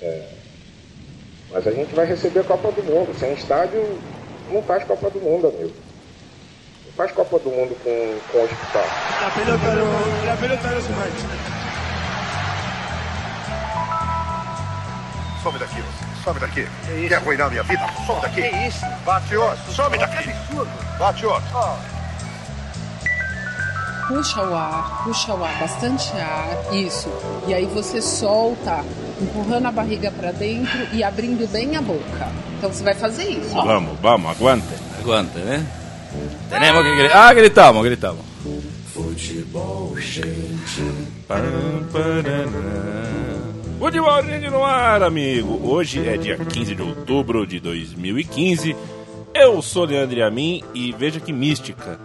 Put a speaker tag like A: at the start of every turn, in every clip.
A: É. Mas a gente vai receber a Copa do Mundo. Sem estádio, não faz Copa do Mundo, amigo. Não faz Copa do Mundo com, com hospital.
B: La pelota no, la pelota no se mancha.
C: Some daqui, você. some daqui.
D: É
C: Quer arruinar minha vida? Some daqui. Que isso? Bate outro, some daqui. Bate outro.
E: Puxa o ar, puxa o ar, bastante ar, isso. E aí você solta, empurrando a barriga pra dentro e abrindo bem a boca. Então você vai fazer isso. ó.
F: Vamos, vamos, aguante.
G: Aguante, né? Tenemos que gritar. Ah, gritamos, gritamos.
F: Futebol Rede no ar, amigo! Hoje é dia 15 de outubro de 2015. Eu sou Leandro Amin e veja que mística.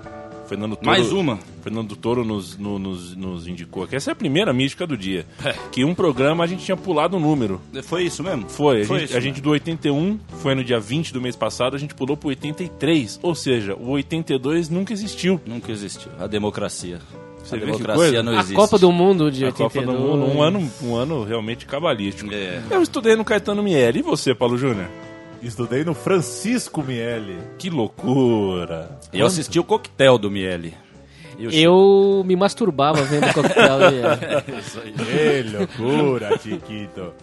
F: Fernando Toro,
G: Mais uma.
F: Fernando Toro nos, no- nos, nos indicou que essa é a primeira mística do dia.
G: É.
F: Que um programa a gente tinha pulado um número.
G: Foi isso mesmo?
F: Foi, a, gente,
G: isso, né?
F: a gente do 81, foi no dia 20 do mês passado, a gente pulou pro 83. Ou seja, o 82 nunca existiu.
G: né? Nunca existiu. A democracia.
F: Você
G: a
F: vê que coisa?
G: democracia não
H: A
G: existe.
H: Copa do Mundo de
F: A Copa
H: 82.
F: do Mundo, um ano, um ano realmente cabalístico.
G: É.
F: Eu estudei no Caetano Miele. E você, Paulo Júnior?
I: Estudei no Francisco Miele.
F: Que loucura!
G: Eu assisti o coquetel do Miele. E o
H: Eu me masturbava vendo o coquetel. é.
I: Que loucura, Chiquito.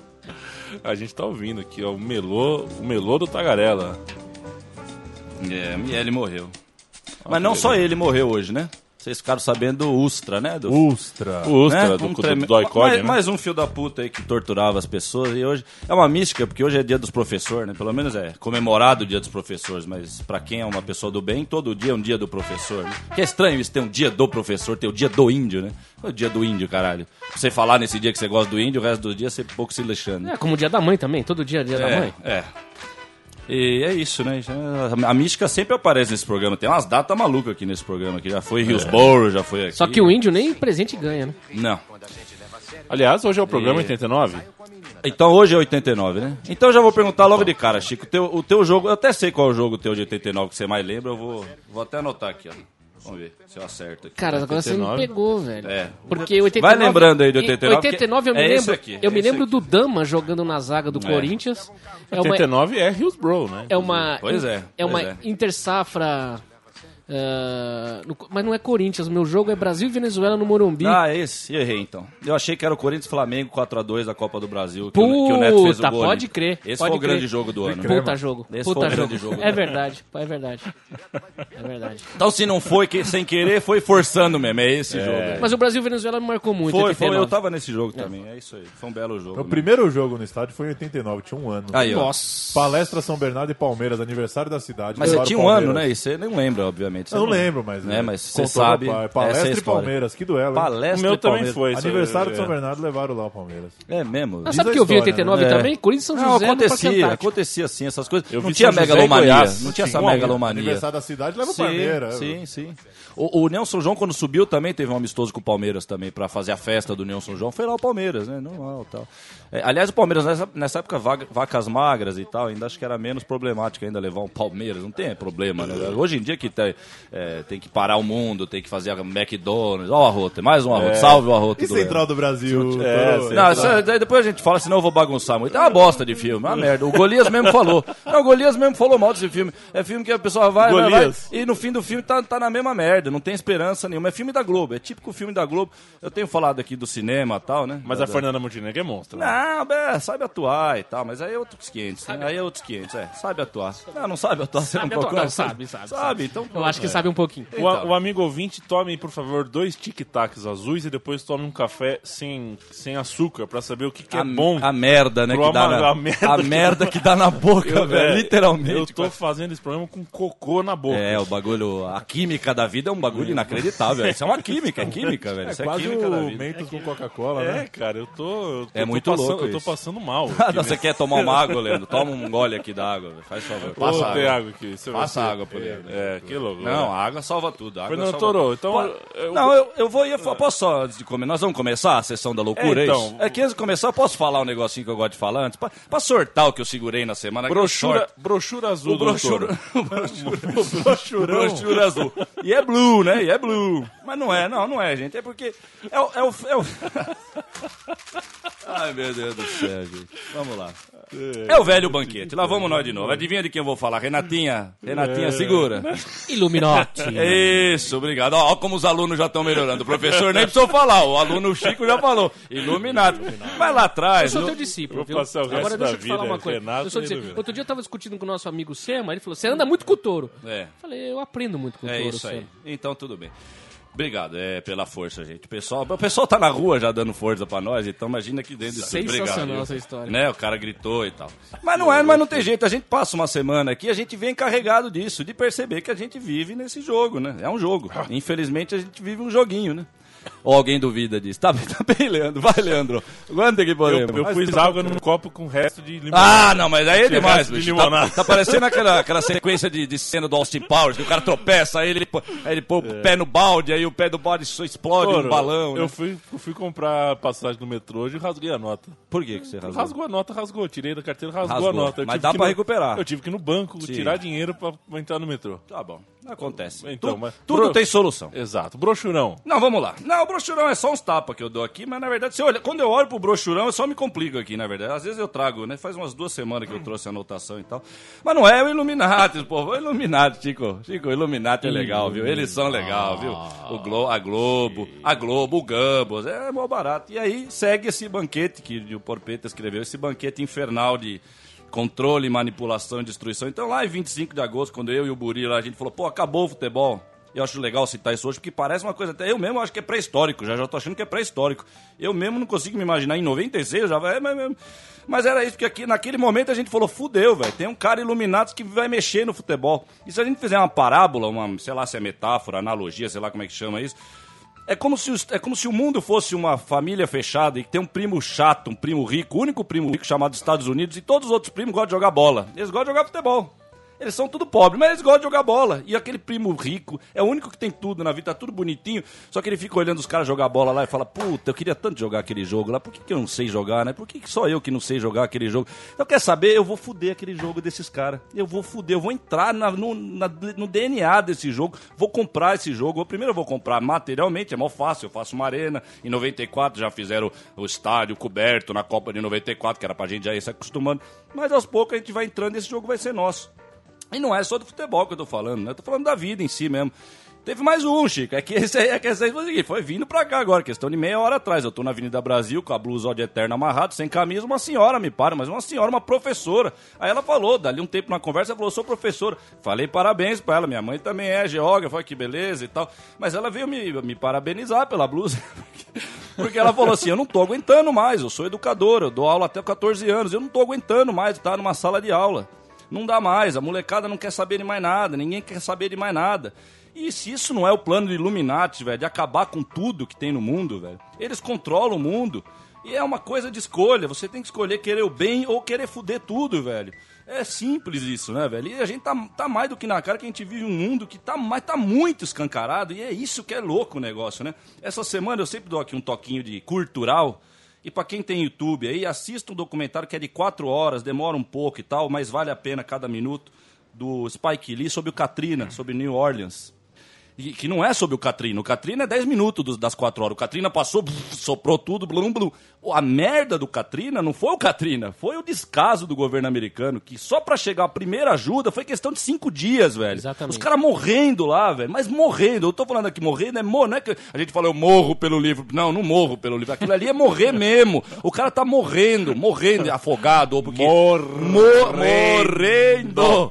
F: A gente tá ouvindo aqui, ó, o melô, o melô do Tagarela.
G: É, Miele morreu. Mas não só ele morreu hoje, né? Vocês ficaram sabendo do Ustra, né? Do,
I: Ustra.
F: O Ustra,
G: né?
F: do,
G: Um
F: do,
G: treme-
F: do Doicode,
G: mais,
F: né?
G: mais um fio da puta aí que torturava as pessoas. E hoje é uma mística, porque hoje é dia dos professores, né? Pelo menos é comemorado o dia dos professores, mas pra quem é uma pessoa do bem, todo dia é um dia do professor. Né? Que é estranho isso ter um dia do professor, ter o dia do índio, né? Qual é o dia do índio, caralho? Pra Você falar nesse dia que você gosta do índio, o resto do dia você é pouco se lixando.
H: É, como o dia da mãe também, todo dia é dia da mãe.
G: É. E é isso, né? Já- A mística sempre aparece nesse programa. Tem umas datas malucas aqui nesse programa. Que já foi Hillsborough, já foi aqui.
H: É. Só que o índio nem presente ganha, né?
G: Não.
F: Aliás, hoje é o programa 89.
G: Então hoje é 89, né? Então eu já vou perguntar logo de cara, Chico. Teu, o teu jogo, eu até sei qual é o jogo teu de 89 que você mais lembra. Eu vou, vou até anotar aqui, ó. Vamos ver se eu acerto aqui.
H: Cara, agora você me
F: 89.
H: pegou, velho.
G: É.
H: Porque 89.
G: Vai lembrando aí de 89, porque
H: 89 eu me
G: é esse
H: lembro.
G: aqui,
H: eu me
G: esse
H: lembro
G: aqui.
H: do Dama jogando na zaga do Corinthians. É uma,
F: 89 é Hillsborough, né?
H: é uma,
G: Pois é,
H: é
G: pois
H: uma
G: é.
H: intersafra. ah, no- mas não é Corinthians, meu jogo é Brasil e Venezuela no Morumbi.
G: Ah, esse. Errei, então. Eu achei que era o Corinthians e Flamengo 4x2 da Copa do Brasil. que o- que o Neto fez o
H: Puta,
G: gol
H: pode
G: ali.
H: crer.
G: Esse
H: pode
G: foi o
H: crer.
G: grande jogo do ano. né?
H: Puta jogo.
G: Esse foi
H: puta
G: o grande
H: jogo.
G: jogo.
H: É verdade, pô, é verdade. É verdade.
G: Então se não foi que- sem querer, foi forçando mesmo. É esse jogo. aí.
H: Mas o Brasil e Venezuela me marcou muito.
G: Foi, foi,
H: 89.
G: eu tava nesse jogo também, é isso aí. Foi um belo jogo.
I: Meu
G: né?
I: primeiro jogo no estádio foi em 89, tinha um ano.
G: Aí, ó.
H: Nossa.
I: Palestra São Bernardo e Palmeiras, aniversário da cidade.
G: Mas você
I: levaram
G: tinha um
I: Palmeiras.
G: ano, né? E você não lembra, obviamente. Você
I: Eu não lembro, mas.
G: É, mas você
I: contou
G: sabe.
I: meu pai.
G: essa é a
I: Palestra e
G: história.
I: Palmeiras, que duelo. hein?
G: Palestra
F: O meu
G: e
F: também
G: Palmeiras.
F: foi. isso
I: Aniversário
F: é-
I: de São Bernardo levaram lá o Palmeiras.
G: É mesmo.
H: Ah, sabe
I: a
H: o que eu vi em
I: história,
H: 89
G: né?
H: também? Corinthians e São José é
G: Não,
H: no Parque
G: acontecia,
H: Antártico.
G: acontecia sim essas coisas.
F: Eu
G: não
F: vi
G: tinha
F: São José e
G: megalomania,
F: Goiás.
G: não tinha essa
F: Tinha um
G: megalomania.
I: Aniversário da cidade leva o
G: Sim,
I: Palmeiras.
G: sim, sim. O, o Nelson João, quando subiu, também teve um amistoso com o Palmeiras também, pra fazer a festa do Nelson João. Foi lá o Palmeiras, né? Normal tal. É, aliás, o Palmeiras nessa, nessa época, vaga- vacas magras e tal, ainda acho que era menos problemático ainda levar um Palmeiras. Não tem problema, né? Hoje em dia que tem, é, tem que parar o mundo, tem que fazer a McDonald's. Ó o Arroto, mais um Arroto. Salve o Arroto
I: É. E
G: do Leandro.
I: Central do Brasil?
F: É,
I: Tô-
G: Não, essa- daí depois a gente fala, senão eu vou bagunçar muito. É uma bosta de filme, é uma merda. O Golias mesmo falou. Não, o Golias mesmo falou mal desse filme. É filme que a pessoa vai, vai, vai,
F: Golias.
G: e no fim do filme tá, tá na mesma merda, não tem esperança nenhuma. É filme da Globo, é típico filme da Globo. Eu tenho falado aqui do cinema e tal, né?
F: Mas
G: Da-
F: a Fernanda Montenegro é monstro. né?
G: não, é, sabe atuar e tal, mas aí é outros 500, né? Aí é outros 500, é. Sabe atuar. Não, não sabe atuar, você não
H: Sabe atuar?
G: procura.
H: Não, sabe, sabe,
G: Sabe, então
H: Eu acho que sabe um pouquinho.
F: O, a- o amigo ouvinte, tome, por favor, dois tic-tacs azuis e depois tome um café sem, sem açúcar pra saber o que, que é
G: a,
F: bom.
G: a merda, né?
F: Pro
G: Que dá
F: ama-
G: na,
F: a merda
G: a
F: que-
G: merda que dá na boca,
F: Eu,
G: velho.
F: é,
G: literalmente.
F: Eu tô fazendo esse programa com cocô na boca.
G: É, o bagulho. A química da vida é um bagulho inacreditável. Isso é uma química, é química, velho. Isso é,
I: Quase
G: química da
I: o
G: vida.
I: Mentos com Coca-Cola,
F: É,
I: né?
F: cara, eu tô. Eu tô-
G: É
F: eu tô
G: muito
F: passando,
G: louco
F: Eu tô
G: isso.
F: passando mal.
G: Ah, não, você quer tomar uma água, Leandro? Toma um gole aqui da água, velho. faz favor.
F: Passa
G: Passa
F: Ô, água.
G: água.
F: água aqui. você-
G: Passa
F: você-
G: água pro Leandro.
F: É, que louco.
I: salvador.
G: Não, a água salva tudo. a água
F: Fernando
G: salva
F: Toro,
G: tudo.
F: então,
G: Po-
F: eu-
G: Não, eu, eu vou. Eu, fa- posso só, antes de comer, nós vamos começar a sessão da loucura,
F: É,
G: é,
F: então.
G: isso? É que antes de começar, eu posso falar um negocinho que eu gosto de falar antes? Pra, pra sortar o que eu segurei na semana. que eu
F: Brochura,
G: sorto.
F: brochura azul
G: O
F: do
G: brochura,
F: Toro.
G: o brochura, o brochurão. brochura azul. E é blue, né? E é blue. Mas não é, não, não é, gente. É porque é o... É o, é o... Ai, meu Deus do céu, gente. Vamos lá. É o velho banquete. Lá vamos nós de novo. Adivinha de quem eu vou falar? Renatinha. Renatinha, segura.
H: Illuminati.
G: É, Isso, obrigado. Ó, ó como os alunos já estão melhorando. O professor nem precisou falar. O aluno Chico já falou. Iluminado. Mas lá
H: Eu
G: atrás...
H: sou
G: no-
H: teu discípulo,
I: vou
H: viu?
I: passar o resto
H: Agora
I: da
H: deixa eu te
I: vida,
H: falar uma coisa.
I: Renato
H: eu só
I: e
H: dizer,
I: Illuminati.
H: outro dia eu tava discutindo com o nosso amigo Sema, ele falou, você anda muito com o touro.
G: É.
H: Falei, eu aprendo muito com o
G: É
H: touro,
G: isso aí.
H: Sema.
G: Então, tudo bem. Obrigado é, pela força, gente. O pessoal, o pessoal tá na rua já dando força pra nós, então imagina que dentro disso. tudo.
H: Sensacional
G: Obrigado.
H: essa história.
G: Né? O cara gritou e tal. Mas não é, mas não tem jeito. A gente passa uma semana aqui, a gente vem carregado disso, de perceber que a gente vive nesse jogo, né? É um jogo. Infelizmente, a gente vive um joguinho, né? Ou alguém duvida disso. Tá bem, tá bem, Leandro. Vai, Leandro. Aguenta que
I: Eu,
G: podemos.
I: eu fiz água num copo com resto de limonada.
G: Ah, não, mas aí é demais,
I: de
G: bicho. Tá,
I: limonada.
G: tá parecendo aquela, aquela sequência de, de cena do Austin Powers, que o cara tropeça, aí ele, pô- aí ele põe o pé no balde, aí o pé do balde só explode um balão.
I: É. Eu
G: né?
I: fui, eu fui comprar passagem no metrô hoje e rasguei a nota.
G: Por que, que você rasgou?
I: Rasgou a nota, rasgou. Tirei da carteira, rasgou,
G: Rasgou.
I: a nota.
G: Mas
I: tive
G: dá
I: que ir
G: pra
I: no-
G: recuperar.
I: Eu tive que ir no banco
G: Sim.
I: tirar dinheiro pra, pra entrar no metrô.
G: Tá bom, acontece.
I: Então,
G: Tu-
I: mas-
G: Tudo
I: Pro-
G: tem solução.
I: Exato. Brochurão.
G: Não, vamos lá. Não, o brochurão é só uns tapas que eu dou aqui, mas na verdade, se eu olha, quando eu olho pro brochurão, eu só me complico aqui, na verdade. Às vezes eu trago, né? Faz umas duas semanas que eu trouxe a anotação e tal. Mas não é o Illuminati, povo. O Illuminati, Chico. Chico, o Illuminati é legal, viu? Eles são legal, viu? O Glo a Globo, a Globo, o Gambos, é mó barato. E aí segue esse banquete que o Porpeta escreveu, esse banquete infernal de controle, manipulação e destruição. Então lá em 25 de agosto, quando eu e o Buri lá, a gente falou, pô, acabou o futebol. Eu acho legal citar isso hoje, porque parece uma coisa até. Eu mesmo acho que é pré-histórico, já já tô achando que é pré-histórico. Eu mesmo não consigo me imaginar. Em 96 eu já vai. é, mas- mas- Mas era isso, porque aqui, naquele momento a gente falou: fudeu, velho. Tem um cara iluminado que vai mexer no futebol. E se a gente fizer uma parábola, uma, sei lá se é metáfora, analogia, sei lá como é que chama isso. É como, se os- é como se o mundo fosse uma família fechada e que tem um primo chato, um primo rico, o único primo rico chamado Estados Unidos, e todos os outros primos gostam de jogar bola. Eles gostam de jogar futebol. Eles são tudo pobre, mas eles gostam de jogar bola. E aquele primo rico é o único que tem tudo na vida, tá tudo bonitinho. Só que ele fica olhando os caras jogar bola lá e fala: Puta, eu queria tanto jogar aquele jogo lá. Por que, que eu não sei jogar, né? Por que, que só eu que não sei jogar aquele jogo? Eu quero saber, eu vou fuder aquele jogo desses caras. Eu vou fuder, eu vou entrar na- no, na- no DNA desse jogo, vou comprar esse jogo. Eu primeiro eu vou comprar materialmente, é mó fácil. Eu faço uma arena. Em 94 já fizeram o estádio coberto na Copa de 94, que era pra gente já ir se acostumando. Mas aos poucos a gente vai entrando e esse jogo vai ser nosso. E não é só do futebol que eu tô falando, né? Eu tô falando da vida em si mesmo. Teve mais um, Chico. É que esse aí, é que esse aí foi, o seguinte, foi vindo pra cá agora, questão de meia hora atrás. Eu tô na Avenida Brasil com a blusa de eterno amarrado, sem camisa. Uma senhora me para, mas uma senhora, uma professora. Aí ela falou, dali um tempo na conversa, ela falou: sou professora. Falei parabéns pra ela. Minha mãe também é geógrafa, olha que beleza e tal. Mas ela veio me, me parabenizar pela blusa. Porque ela falou assim: eu não tô aguentando mais, eu sou educadora, eu dou aula até 14 anos, eu não tô aguentando mais estar numa sala de aula. Não dá mais, a molecada não quer saber de mais nada, ninguém quer saber de mais nada. E se isso não é o plano de Illuminati, velho, de acabar com tudo que tem no mundo, velho, eles controlam o mundo. E é uma coisa de escolha, você tem que escolher querer o bem ou querer fuder tudo, velho. É simples isso, né, velho? E a gente tá, tá mais do que na cara que a gente vive um mundo que tá, mais, tá muito escancarado e é isso que é louco o negócio, né? Essa semana eu sempre dou aqui um toquinho de cultural. E pra quem tem YouTube aí, assista um documentário que é de quatro horas, demora um pouco e tal, mas vale a pena cada minuto, do Spike Lee sobre o Katrina, sobre New Orleans. E que não é sobre o Katrina. O Katrina é 10 minutos dos- das 4 horas. O Katrina passou, brrr, soprou tudo, blum, blum. O- A merda do Katrina não foi o Katrina, foi o descaso do governo americano, que só pra chegar a primeira ajuda foi questão de 5 dias, velho.
H: Exatamente.
G: Os caras morrendo lá, velho, mas morrendo. Eu tô falando aqui, morrendo é morrer, não é que a gente fala eu morro pelo livro. Não, não morro pelo livro. Aquilo ali é morrer mesmo. O cara tá morrendo, morrendo, afogado, ou porque... Mo- morrendo.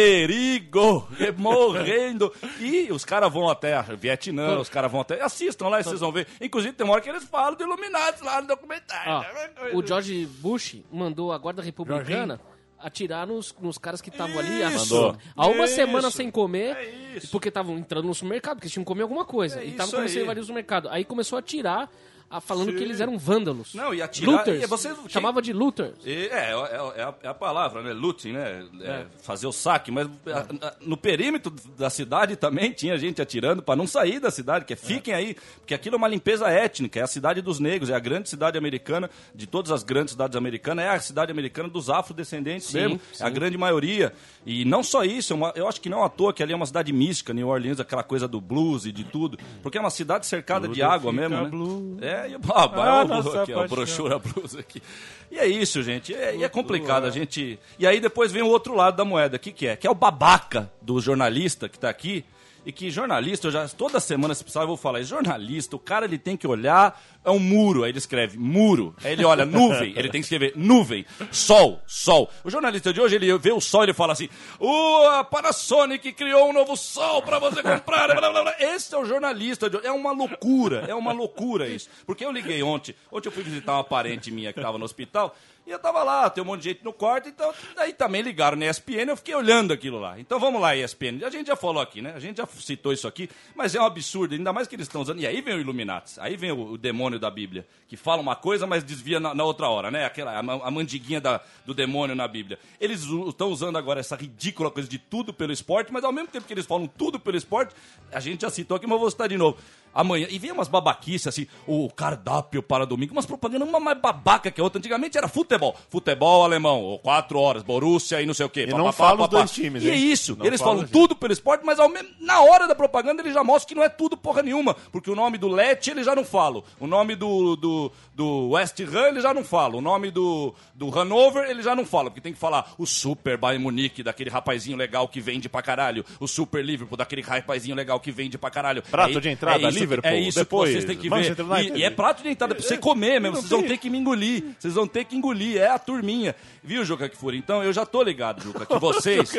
G: Perigo! É Morrendo! E os caras vão até a Vietnã, os caras vão até. Assistam lá e vocês vão ver. Inclusive, tem uma hora que eles falam do Illuminati lá no documentário.
H: Ó,
G: É uma coisa-
H: Ah, o George Bush mandou a guarda republicana atirar nos, nos caras que estavam ali há,
G: Isso,
H: há uma
G: isso.
H: semana sem comer,
G: É isso.
H: porque estavam entrando no supermercado, porque eles tinham que comer alguma coisa.
G: É
H: e
G: isso
H: estavam começando a
G: aí.
H: invadir o supermercado. Aí começou a atirar. ah, falando que eles eram vândalos.
G: Não, e atirar-
H: Looters.
G: e você-
H: Chamava de looters.
G: E- É, é, é a, é a palavra, né? Looting, né? É, Fazer o saque, mas a- a- no perímetro da cidade também tinha gente atirando para não sair da cidade, que é fiquem aí, porque aquilo é uma limpeza étnica, é a cidade dos negros, é a grande cidade americana, de todas as grandes cidades americanas, é a cidade americana dos afrodescendentes
H: Sim,
G: mesmo,
H: sim.
G: é a grande maioria. E não só isso, é uma- eu acho que não à toa que ali é uma cidade mística, New Orleans, aquela coisa do blues e de tudo, porque é uma cidade cercada de água
F: fica
G: mesmo, né?
F: blue.
G: É, e, ah,
F: Ah,
G: é o,
F: nossa
G: aqui, é o
F: paixão.
G: brochura a blusa aqui. E é isso, gente. É, e é complicado a gente. E aí depois vem o outro lado da moeda. O que, que é? Que é o babaca do jornalista que tá aqui. E que jornalista, eu já toda semana, se precisar, eu vou falar. Esse jornalista, o cara ele tem que olhar. É um muro. Aí ele escreve muro. Aí ele olha nuvem. Ele tem que escrever nuvem. Sol, sol. O jornalista de hoje, ele vê o sol e ele fala assim: "Ô, a Panasonic criou um novo sol pra você comprar. Blá, blá, blá. Esse é o jornalista de hoje. É uma loucura. É uma loucura isso. Porque eu liguei ontem. Ontem eu fui visitar uma parente minha que tava no hospital. E eu tava lá, tem um monte de gente no quarto, então daí também ligaram na ESPN, eu fiquei olhando aquilo lá. Então vamos lá, ESPN. A gente já falou aqui, né? A gente já citou isso aqui, mas é um absurdo, ainda mais que eles estão usando. E aí vem o Illuminati, aí vem o, o demônio da Bíblia, que fala uma coisa, mas desvia na, na outra hora, né? Aquela, a, ma- a mandiguinha da- do demônio na Bíblia. Eles estão usando agora essa ridícula coisa de tudo pelo esporte, mas ao mesmo tempo que eles falam tudo pelo esporte, a gente já citou aqui, mas eu vou citar de novo. Amanhã, e vem umas babaquices assim, o cardápio para domingo, umas propagandas, uma mais babaca que a outra. Antigamente era futebol, futebol alemão, ou quatro horas, Borussia e não sei o quê.
F: E não fala os dois times,
G: E é
F: hein?
G: isso,
F: Não
G: eles
F: fala
G: falam
F: os
G: tudo pelo esporte, mas ao mesmo, na hora da propaganda eles já mostram que não é tudo porra nenhuma, porque o nome do Let eles já não falam, o nome do, do, do West Ham eles já não falam, o nome do, do Hanover eles já não falam, porque tem que falar o Super Bayern Munique, daquele rapazinho legal que vende pra caralho, o Super Liverpool, daquele rapazinho legal que vende pra caralho.
F: Prato
G: É-
F: de entrada,
G: é isso,
F: Liverpool,
G: É isso
F: depois,
G: que vocês têm que
F: Manchester
G: ver.
F: United.
G: E, e é prato de entrada pra você comer mesmo,
F: não
G: vocês vão
F: tem-
G: ter que me engolir. Vocês vão ter que engolir, é a turminha. Viu, Juca Kifuri? Então eu já tô ligado, Juca, que vocês,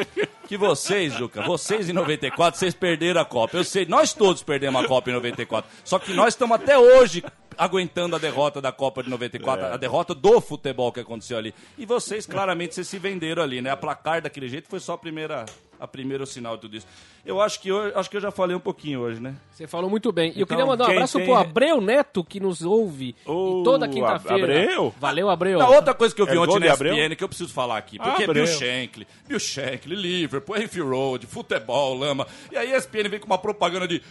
G: que vocês, Juca, vocês em 94, vocês perderam a Copa. Eu sei, nós todos perdemos a Copa em 94. Só que nós estamos até hoje aguentando a derrota da Copa de 94, a derrota do futebol que aconteceu ali. E vocês, claramente, vocês se venderam ali, né? A placar daquele jeito foi só a primeira... A primeiro sinal de tudo isso. Eu acho que eu, acho que eu já falei um pouquinho hoje, né?
H: Você falou muito bem. E eu
G: Então,
H: queria mandar um
G: quem
H: abraço
G: tem-
H: pro Abreu Neto, que nos ouve
F: Ô,
H: em toda quinta-feira.
F: Abreu?
H: Valeu, Abreu.
G: Na outra coisa que eu vi
F: É
G: ontem
F: gol
G: na
F: de Abreu? Ah,
G: ESPN que eu preciso falar aqui, porque é
F: Abreu.
G: Bill Shankly, Bill Shankly, Liverpool, Enfield Road, futebol, lama. E aí a ESPN vem com uma propaganda de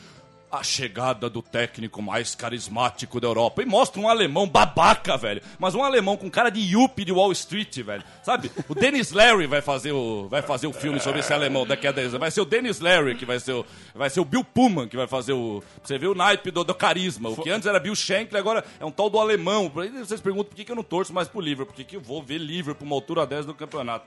G: a chegada do técnico mais carismático da Europa. E mostra um alemão babaca, velho. Mas um alemão com cara de yuppie de Wall Street, velho. Sabe? O Dennis Larry vai fazer o, vai fazer o filme sobre esse alemão daqui a 10 anos. Vai ser o Dennis Larry que vai ser o, vai ser o Bill Pullman que vai fazer o... Você vê o naipe do, do carisma. O que antes era Bill Shankly, agora é um tal do alemão. Aí vocês perguntam por que, que eu não torço mais pro Liverpool. Por que, que eu vou ver Liverpool uma altura 10 do campeonato.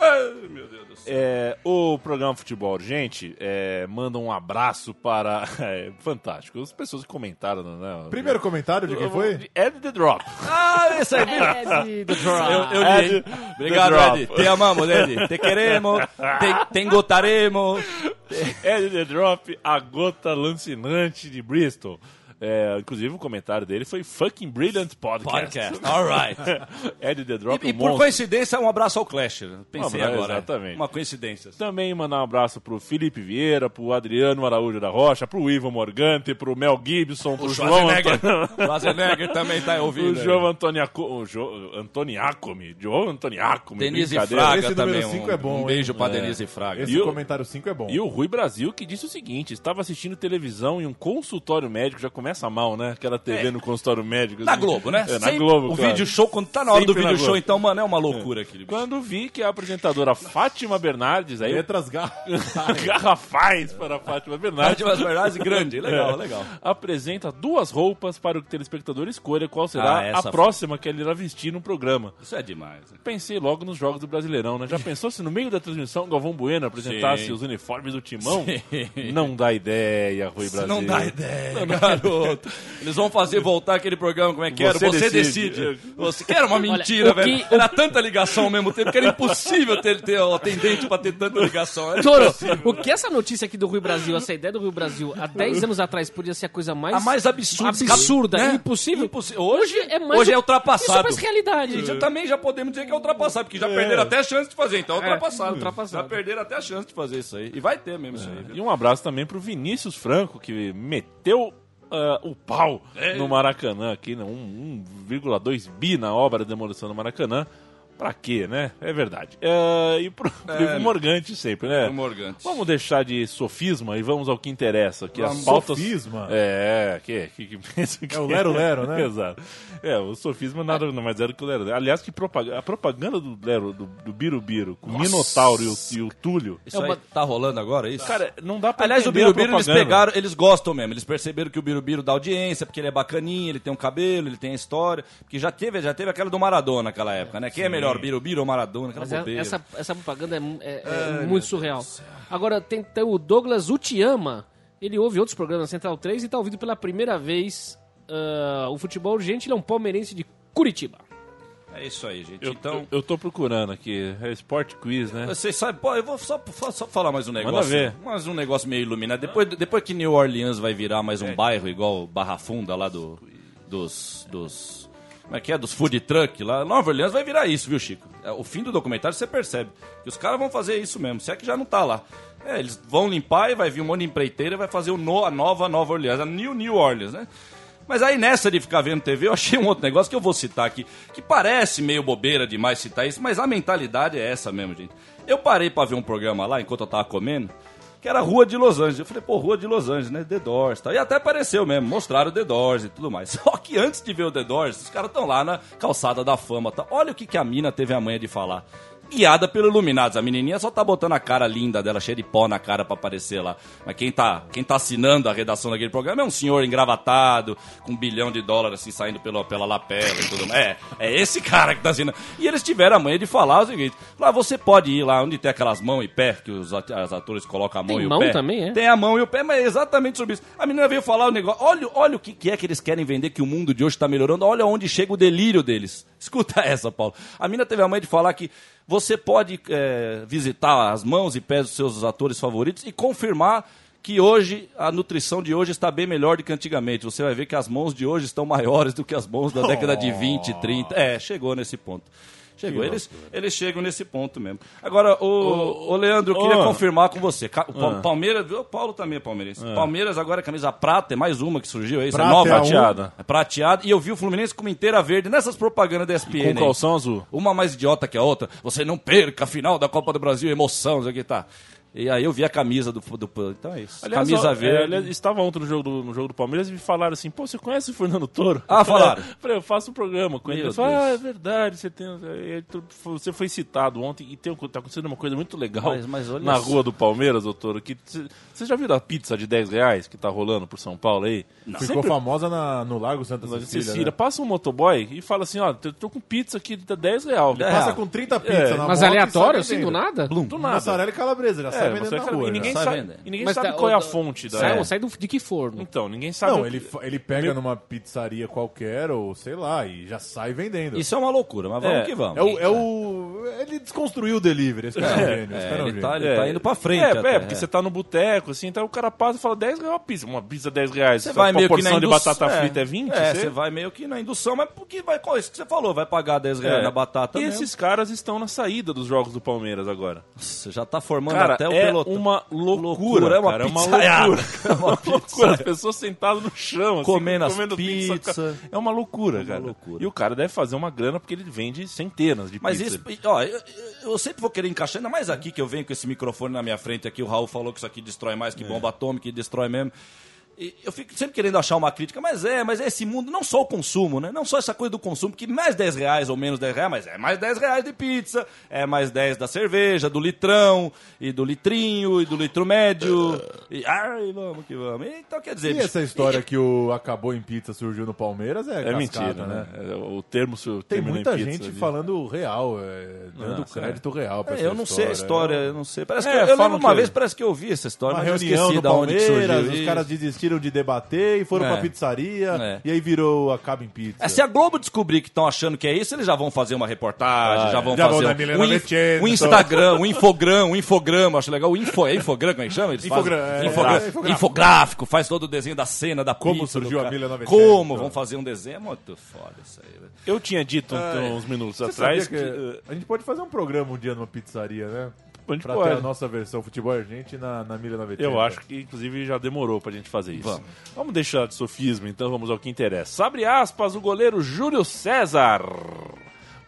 G: Ai, meu Deus do céu.
F: É, o programa Futebol Urgente é, manda um abraço para. É, fantástico. As pessoas que comentaram, né?
J: Primeiro comentário de quem foi?
F: Ed The Drop.
G: Ah, esse aí, Eu, eu li. hein?
F: Ed, É. the
G: Obrigado,
F: drop.
G: Ed. Te amamos, Ed. Te queremos. Te, te engotaremos.
F: Ed É The Drop, a gota lancinante de Bristol. É, inclusive o comentário dele foi fucking brilliant podcast.
G: Podcast. All right.
F: Ed The Drop,
G: E, e
F: um
G: por
F: monstro.
G: coincidência, um abraço ao Clash. Pensei
F: Um abraço,
G: agora.
F: exatamente.
G: Uma coincidência.
F: Também mandar um abraço pro Felipe Vieira, pro Adriano Araújo da Rocha, pro Ivan Morgante, pro Mel Gibson, pro
G: O
F: João
G: Schwarzenegger.
F: Antônio...
G: Schwarzenegger também tá
F: O
G: ouvindo.
F: João Antoniaco... o Jo- Antoniacomi. João Antoniacomi.
G: Denise
F: brincadeira.
G: Fraga
J: Esse número
G: também. um-
J: cinco é bom,
G: um beijo pra
J: hein?
G: Denise Fraga.
J: Esse
F: E o-
J: comentário 5 é bom.
F: E o Rui Brasil que disse o seguinte: estava assistindo televisão em um consultório médico, já começa mal, né? Aquela TV no consultório médico.
G: Na
F: assim.
G: Globo, né?
F: É, na
G: Sempre-
F: Globo.
G: O
F: claro.
G: vídeo show, quando tá na hora
F: Sempre
G: do
F: na
G: vídeo show,
F: Globo.
G: então, mano, é uma loucura aquele bicho.
F: Quando vi que a apresentadora Fátima Bernardes, aí
J: Letras garras.
F: garrafais para a Fátima Bernardes,
G: Fátima Bernardes, grande. Legal,
F: É.
G: legal.
F: apresenta duas roupas para o telespectador escolha qual será
G: Ah,
F: a
G: essa-
F: próxima que ele irá vestir no programa.
G: Isso é demais. né?
F: Pensei logo nos jogos do Brasileirão, né? Já pensou se no meio da transmissão o Galvão Bueno apresentasse
G: Sim.
F: os uniformes do Timão? Não dá ideia, Rui Brasil.
G: Não dá ideia, garoto. Eles vão fazer voltar aquele programa, como é que era?
F: Você
G: Você decide.
F: decide.
G: Você quer uma mentira,
H: o que-
G: velho? Era tanta ligação ao mesmo tempo que era impossível ter, ter o atendente pra ter tanta ligação. Era
H: Toro, o que essa notícia aqui do Rio Brasil, essa ideia do Rio Brasil, há 10 anos atrás podia ser a coisa mais...
G: A mais absurda,
H: Absurda,
G: né?
H: impossível.
G: Impossi- Ah, Hoje,
H: é
G: hoje
H: mais...
G: é
H: Isso é
G: ultrapassado.
H: mais realidade.
G: Gente, já também já podemos dizer que é ultrapassado, porque já perderam até a chance de fazer, então é ultrapassado. É.
H: ultrapassado.
G: Já perderam até a chance de fazer isso aí. E vai ter mesmo isso aí. viu?
F: E um abraço também pro Vinícius Franco, que meteu ah, o pau no Maracanã aqui, né? Um- 1,2 bi na obra de demolição do Maracanã. Pra quê, né? É verdade. É, e pro, pro Morgante sempre, né?
G: Pro Morgante.
F: Vamos deixar de sofisma e vamos ao que interessa, que as
K: Vamos.
F: pautas...
K: Sofisma?
F: É, que, que, que pensa que
K: É o Lero Lero, né?
F: Exato. É, o sofisma nada mais era que o Lero Lero. Aliás, que propaganda, a propaganda do Lero, do, do Birubiru, com o Minotauro e o, e o Túlio...
H: É
G: Isso aí tá rolando agora, isso?
F: Cara, não dá pra
G: Aliás, o
F: entender a
G: Birubiru, eles
F: propaganda.
G: pegaram, eles gostam mesmo. Eles perceberam que o Birubiru dá audiência, porque ele é bacaninha, ele tem um cabelo, ele tem a história. Porque já teve, já teve aquela do Maradona naquela época, né? Quem é melhor, Birubiru ou Maradona? Aquela
H: Mas é-
G: bobeira.
H: essa, essa propaganda é, mu- é- é muito surreal. Agora, tem, tem o Douglas Utiama. Ele ouve outros programas, Central 3, e está ouvindo pela primeira vez ah, o futebol urgente. Ele é um palmeirense de Curitiba.
G: É isso aí, gente.
F: Eu,
G: então,
F: eu, eu tô procurando aqui. É Sport Quiz, né?
G: Vocês sabem, pô, eu vou só, só- só falar mais um negócio.
F: ver.
G: Mais um negócio meio iluminado. Depois, depois que New Orleans vai virar mais um bairro igual Barra Funda lá do, dos, dos. Como é que é? Dos food truck lá. Nova Orleans vai virar isso, viu, Chico? É, O fim do documentário você percebe. Que os caras vão fazer isso mesmo, se é que já não tá lá. É, eles vão limpar e vai vir um monte de empreiteira e vai fazer o no, a nova Nova Orleans, a New New Orleans, né? Mas aí nessa de ficar vendo TV, eu achei um outro negócio que eu vou citar aqui, que parece meio bobeira demais citar isso, mas a mentalidade é essa mesmo, gente. Eu parei pra ver um programa lá enquanto eu tava comendo, que era Rua de Los Angeles. Eu falei, pô, Rua de Los Angeles, né? The Doors, tal. E até apareceu mesmo, mostraram o The Doors e tudo mais. Só que antes de ver o The Doors, os caras estão lá na calçada da fama, tal. Olha o que, que a mina teve a manha de falar. Guiada pelo Iluminados. A menininha só tá botando a cara linda dela, cheia de pó na cara pra aparecer lá. Mas quem tá, quem tá assinando a redação daquele programa é um senhor engravatado, com um bilhão de dólares assim saindo pela, pela lapela e tudo mais. É, é esse cara que tá assinando. E eles tiveram a manha de falar o seguinte: lá você pode ir lá onde tem aquelas mãos e pé, que os at- as atores colocam a mão
H: Tem
G: e o
H: mão
G: pé.
H: também, é?
G: Tem a mão e o pé, mas é exatamente sobre isso. A menina veio falar o negócio. Olha, olha o que, que é que eles querem vender, que o mundo de hoje está melhorando. Olha onde chega o delírio deles. Escuta essa, Paulo. A menina teve a mãe de falar que você pode é, visitar as mãos e pés dos seus atores favoritos e confirmar que hoje a nutrição de hoje está bem melhor do que antigamente. Você vai ver que as mãos de hoje estão maiores do que as mãos da década de
F: Oh.
G: 20, 30. É, chegou nesse ponto. Chegou. Eles, eles chegam nesse ponto mesmo. Agora, o, o Leandro, eu queria
F: ô.
G: confirmar com você. Ca- O Pal-
F: Ah.
G: Palmeiras, o Paulo também é palmeirense. Palmeiras agora é camisa prata, é mais uma que surgiu aí, isso é
K: Prata
G: nova.
K: é a um.
G: prateada. É prateada. E eu vi o Fluminense com uma inteira verde nessas propagandas da
F: Com
G: ESPN. aí.
F: calção azul.
G: Uma mais idiota que a outra. Você não perca a final da Copa do Brasil, emoção, não sei o que tá. E aí eu vi a camisa do. do então é isso. camisa
F: ó, é,
G: verde.
F: aliás, estava ontem no jogo, do, no jogo do Palmeiras e me falaram assim: pô, você conhece o Fernando Toro?
G: Ah, falaram.
F: Eu falei, eu faço um programa com ele.
G: Meu
F: Ele falou: ah, é
G: Deus.
F: verdade, você, tem, é, tu- você foi citado ontem e tem, tá acontecendo uma coisa muito legal
G: Mas- mas olha
F: na
G: só.
F: rua do Palmeiras, ô Toro. que c- Você já viu a pizza de 10 reais que tá rolando por São Paulo aí? Não.
K: Ficou famosa na- no Lago Santa
F: Tá Cecília,
K: Cecília. né?
F: passa um motoboy e fala assim: ó, eu tô com pizza aqui, tá 10 real. Ele
K: Passa
F: passa
K: com 30 pizzas
F: É.
K: na
H: Mas
K: moto e
H: aleatório,
K: sai
H: assim, do
K: vendendo.
H: nada?
F: com do nada.
K: Mussarela e calabresa, já sai
F: É,
K: vendendo
F: você
K: na
F: sabe-
K: rua. né?
F: e ninguém
K: já.
G: Um. sai
F: sabe,
G: vendendo.
F: e ninguém
H: Mas
F: sabe
H: tá-
F: qual é
H: o-
F: a fonte da.
H: Sai,
F: É.
H: sai do, de que forno?
F: Então, ninguém sabe.
K: um Não, ele, fa- ele pega numa pizzaria qualquer, ou sei lá, e já sai vendendo.
G: Isso é uma loucura, mas vamos
F: É.
G: que vamos. tá,
K: É o, é o- Ele desconstruiu o delivery, esse cara é um gênio. esse cara é
G: ele
K: um gênio.
G: tá, ele tá indo pra frente.
F: É,
G: até,
F: é, porque você tá no boteco, assim, então o cara passa e fala 10 reais uma pizza. Uma pizza 10 reais.
G: Você
F: Só
G: vai
F: uma
G: meio que na
F: porção de
G: indução-
F: batata frita é 20?
G: É,
F: você-
G: você vai meio que na indução, mas porque vai com isso que você falou, vai pagar 10 reais
F: É.
G: na batata
F: E
G: mesmo.
F: esses caras estão na saída dos jogos do Palmeiras agora.
G: Nossa, já tá formando
F: Cara,
G: até o
F: é
G: pelotão.
F: uma loucura,
G: Loucura, é uma
F: cara,
G: pizzaiada.
F: É uma loucura. loucura, As pessoas sentadas no chão, assim,
G: Comendo as pizza.
F: cara. É uma loucura, cara.
G: loucura.
F: E o cara deve fazer uma grana porque ele vende centenas de
G: Mas
F: pizzas.
G: isso, ó, eu, eu sempre vou querer encaixar, ainda mais aqui que eu venho com esse microfone na minha frente aqui. O Raul falou que isso aqui destrói mais
K: É.
G: que bomba atômica e destrói mesmo. E eu fico sempre querendo achar uma crítica, mas é, mas é esse mundo, não só o consumo, né? Não só essa coisa do consumo, que mais 10 reais ou menos 10 reais, mas é mais 10 reais de pizza, é mais 10 da cerveja, do litrão, e do litrinho, e do litro médio. E ai, vamos que vamos. Então quer dizer.
K: E essa história que o Acabou em Pizza surgiu no Palmeiras é,
F: É
K: cascata,
F: mentira, né? É, O termo su-
K: Tem
F: terminou em
K: muita
F: pizza,
K: gente
F: viu?
K: falando real, é, dando
F: Nossa,
K: crédito real pra
G: É,
K: essa
G: eu não sei a história, eu não sei. Parece
F: É,
G: que eu, eu
F: falam
G: lembro uma
F: que-
G: vez, parece que eu ouvi essa história,
K: Uma
G: mas eu
K: reunião
G: esqueci
K: do
G: da onde que surgiu.
K: Palmeiras, os
G: isso.
K: caras desistiram de debater e foram
G: É.
K: pra pizzaria,
G: É.
K: e aí virou Acaba em Pizza.
G: É, se a Globo descobrir que estão achando que é isso, eles já vão fazer uma reportagem,
K: Ah,
G: já
K: é.
G: vão
K: Já vão
G: fazer
K: dar
G: um-
K: Milena
G: um, inf-
K: Bechetto.
G: um Instagram, um infogram, um infograma, acho legal. O info, é infograma como é que chama? Eles fazem?
K: Infogra-
G: Infogra-
K: é, é, infográfico.
G: infográfico, faz todo o desenho da cena, da
K: Como
G: pizza, do
K: surgiu a
G: cara.
K: Milena Bechetto,
G: Como?
K: então.
G: Vão fazer um desenho? É muito foda isso aí. velho.
F: Eu tinha dito então, uns minutos
K: Você sabia
F: atrás que... eh,
K: que, A gente pode fazer um programa um dia numa pizzaria, né?
F: a gente
K: Pra ter a
F: pode.
K: nossa versão futebol argentino na, na Milha 90.
F: Eu acho que, inclusive, já demorou pra gente fazer isso. Vamos. deixar de sofisma, então vamos ao que interessa. Abre aspas, o goleiro Júlio César.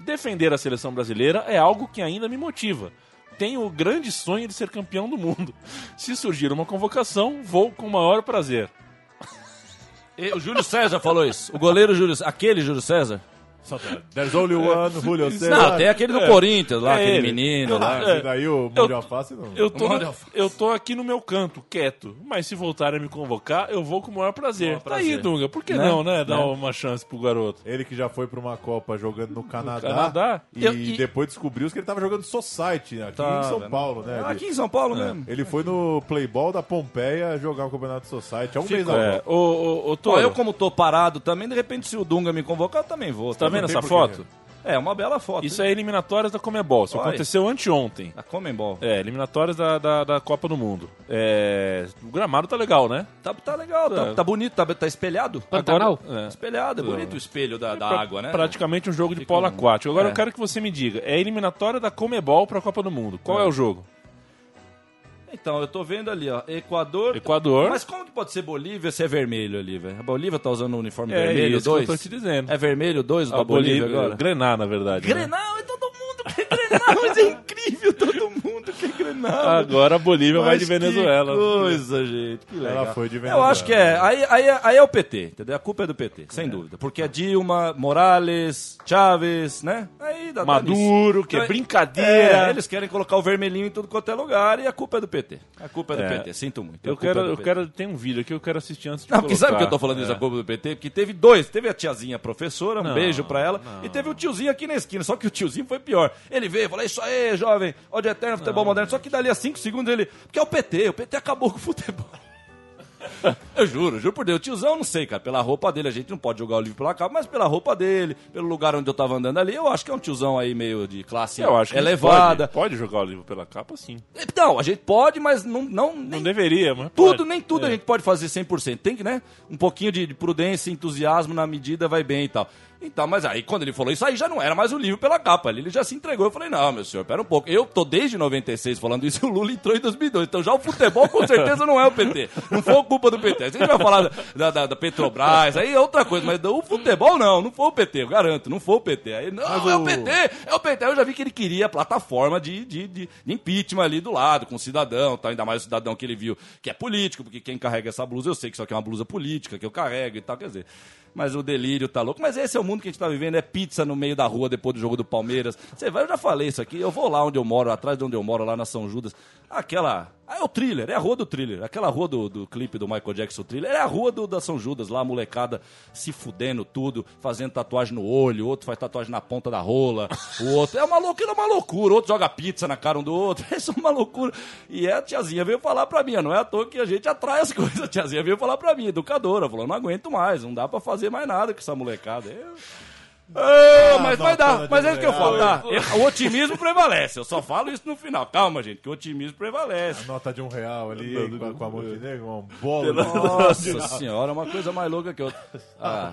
F: Defender a seleção brasileira é algo que ainda me motiva. Tenho o grande sonho de ser campeão do mundo. Se surgir uma convocação, vou com o maior prazer.
G: E o Júlio César falou isso. O goleiro Júlio César. Aquele Júlio César?
K: There's only one, Julio César.
G: Não, tem aquele do
F: É.
G: Corinthians lá,
F: É
G: aquele
F: ele.
G: menino lá.
F: É.
K: E daí o Mundial Face não.
F: Eu tô,
G: Olha,
F: eu tô aqui no meu canto, quieto. Mas se voltarem a me convocar, eu vou com o maior prazer.
G: maior
F: Tá aí,
G: prazer.
F: Dunga. Por que
G: Né?
F: não, né? Dar
G: Né?
F: uma chance pro garoto.
K: Ele que já foi pra uma Copa jogando no Canadá.
F: Canadá?
K: E,
F: Eu- e-
K: depois descobriu que ele tava jogando Society aqui
G: Tava,
K: em São
G: né?
K: Paulo, né?
G: Ah,
K: Ele-
G: Aqui em São Paulo mesmo.
K: Ele foi no Playball da Pompeia jogar o Campeonato Society. É um mês
F: É,
K: agora.
F: ô, ô, ô, Toro,
G: Ó, eu como tô parado também, de repente se o Dunga me convocar, eu também vou.
F: tá
G: Também
F: vendo
G: não tem
F: essa
G: porquê.
F: foto?
G: É, uma bela foto.
F: Isso
G: hein?
F: é eliminatórias da Comebol. Isso
G: Olha.
F: aconteceu anteontem.
G: A Comembol.
F: É, eliminatórias da, da, da Copa do Mundo. É, o gramado tá legal, né?
G: Tá, tá legal, tá,
F: É.
G: tá bonito, tá, tá espelhado.
H: Pantanal?
F: Agora- é.
G: Espelhado, é bonito o espelho da, da
F: Pra-
G: água, né?
F: Praticamente um jogo de
G: Fica
F: polo
G: um-
F: aquático. Agora
G: é.
F: eu quero que você me diga. É eliminatória da Comebol pra Copa do Mundo. Qual é, o jogo?
G: Então, eu tô vendo ali, ó, Equador...
F: Equador.
G: Mas como que pode ser Bolívia se é vermelho ali, velho? A Bolívia tá usando o uniforme
F: É
G: vermelho
F: isso que
G: 2?
F: eu tô te dizendo.
G: É vermelho 2 da
F: a
G: Bolívia,
F: Bolívia,
G: agora?
F: Grená, na verdade. né?
G: Grenal, é todo mundo que é Grenal, mas é incrível todo mundo que é Grenal.
F: Agora a Bolívia vai
G: Mas
F: de Venezuela.
G: Que coisa, gente, que legal.
K: foi de
G: Eu
K: Venezuela.
G: acho que é. Aí, aí, é- aí é o PT, entendeu? A culpa é do PT, sem dúvida. Porque é Dilma, Morales, Chaves, né? Aí dá dá
F: Maduro,
G: nisso.
F: que é
G: Então,
F: brincadeira.
G: é, eles querem colocar o vermelhinho em tudo quanto é lugar e a culpa é do PT. A culpa é do
F: É.
G: PT, sinto muito.
F: Eu
G: A culpa
F: quero,
G: é do
F: eu
G: PT.
F: quero. Tem um vídeo aqui, eu quero assistir antes de
G: Não, porque sabe
F: colocar.
G: que eu tô falando isso
F: É.
G: da culpa do PT? Porque teve dois. Teve a tiazinha professora, um beijo pra ela. E teve o tiozinho aqui na esquina. Só que o tiozinho foi pior. Ele veio e falou: "É Isso aí, jovem, ódio eterno, futebol moderno. Só que dali a cinco segundos ele. Porque é o PT, o PT acabou com o futebol. Eu juro, juro por Deus. O tiozão, eu não sei, cara. Pela roupa dele, a gente não pode jogar o livro pela capa, mas pela roupa dele, pelo lugar onde eu tava andando ali, eu acho que é um tiozão aí meio de classe
F: Eu acho que
G: elevada.
F: Pode, pode jogar o livro pela capa, sim.
G: Não, a gente pode, mas não, não, nem
F: Não deveria, mas.
G: tudo,
F: pode. É.
G: nem tudo a gente pode fazer 100%. Tem que, né? Um pouquinho de de prudência, entusiasmo na medida vai bem e tal. Então, mas aí quando ele falou isso, aí já não era mais o livro pela capa. ali, Ele já se entregou. Eu falei, não, meu senhor, pera um pouco. Eu tô desde 96 falando isso e o Lula entrou em 2002. Então já o futebol com certeza não é o PT. Não foi culpa do PT. A gente vai falar da- da, da- da Petrobras, aí é outra coisa. Mas o futebol não, não foi o PT, eu garanto. Não foi o PT. Aí, não, é o PT, é o PT. Aí eu já vi que ele queria a plataforma de, de, de- de impeachment ali do lado, com o cidadão, tal, ainda mais o cidadão que ele viu que é político, porque quem carrega essa blusa eu sei que isso aqui é uma blusa política que eu carrego e tal, quer dizer. Mas o delírio tá louco. Mas esse é o mundo que a gente tá vivendo, é pizza no meio da rua depois do jogo do Palmeiras. Você vai, eu já falei isso aqui, eu vou lá onde eu moro, atrás de onde eu moro, lá na São Judas. Aquela. Ah, é o thriller, é a rua do thriller. Aquela rua do, do clipe do Michael Jackson, o thriller, é a rua do, da São Judas, lá a molecada se fudendo tudo, fazendo tatuagem no olho, o outro faz tatuagem na ponta da rola, o outro. É uma loucura, é uma loucura. O outro joga pizza na cara um do outro. Isso é uma loucura. E a tiazinha veio falar pra mim, ó, não é à toa que a gente atrai as coisas. A tiazinha veio falar pra mim, educadora, falou: não aguento mais, não dá pra fazer mais nada com essa molecada. Eu- Ô, mas
K: não,
G: vai
K: tá
G: dar, mas é
K: de
G: isso que eu falo,
K: real,
G: tá? Eu- O otimismo prevalece, eu só falo isso no final. Calma, gente, que o otimismo prevalece.
K: Nota de um real ali com, a- com a Montenegro, um bolo.
G: Nossa senhora, uma coisa mais louca que outra. Ah,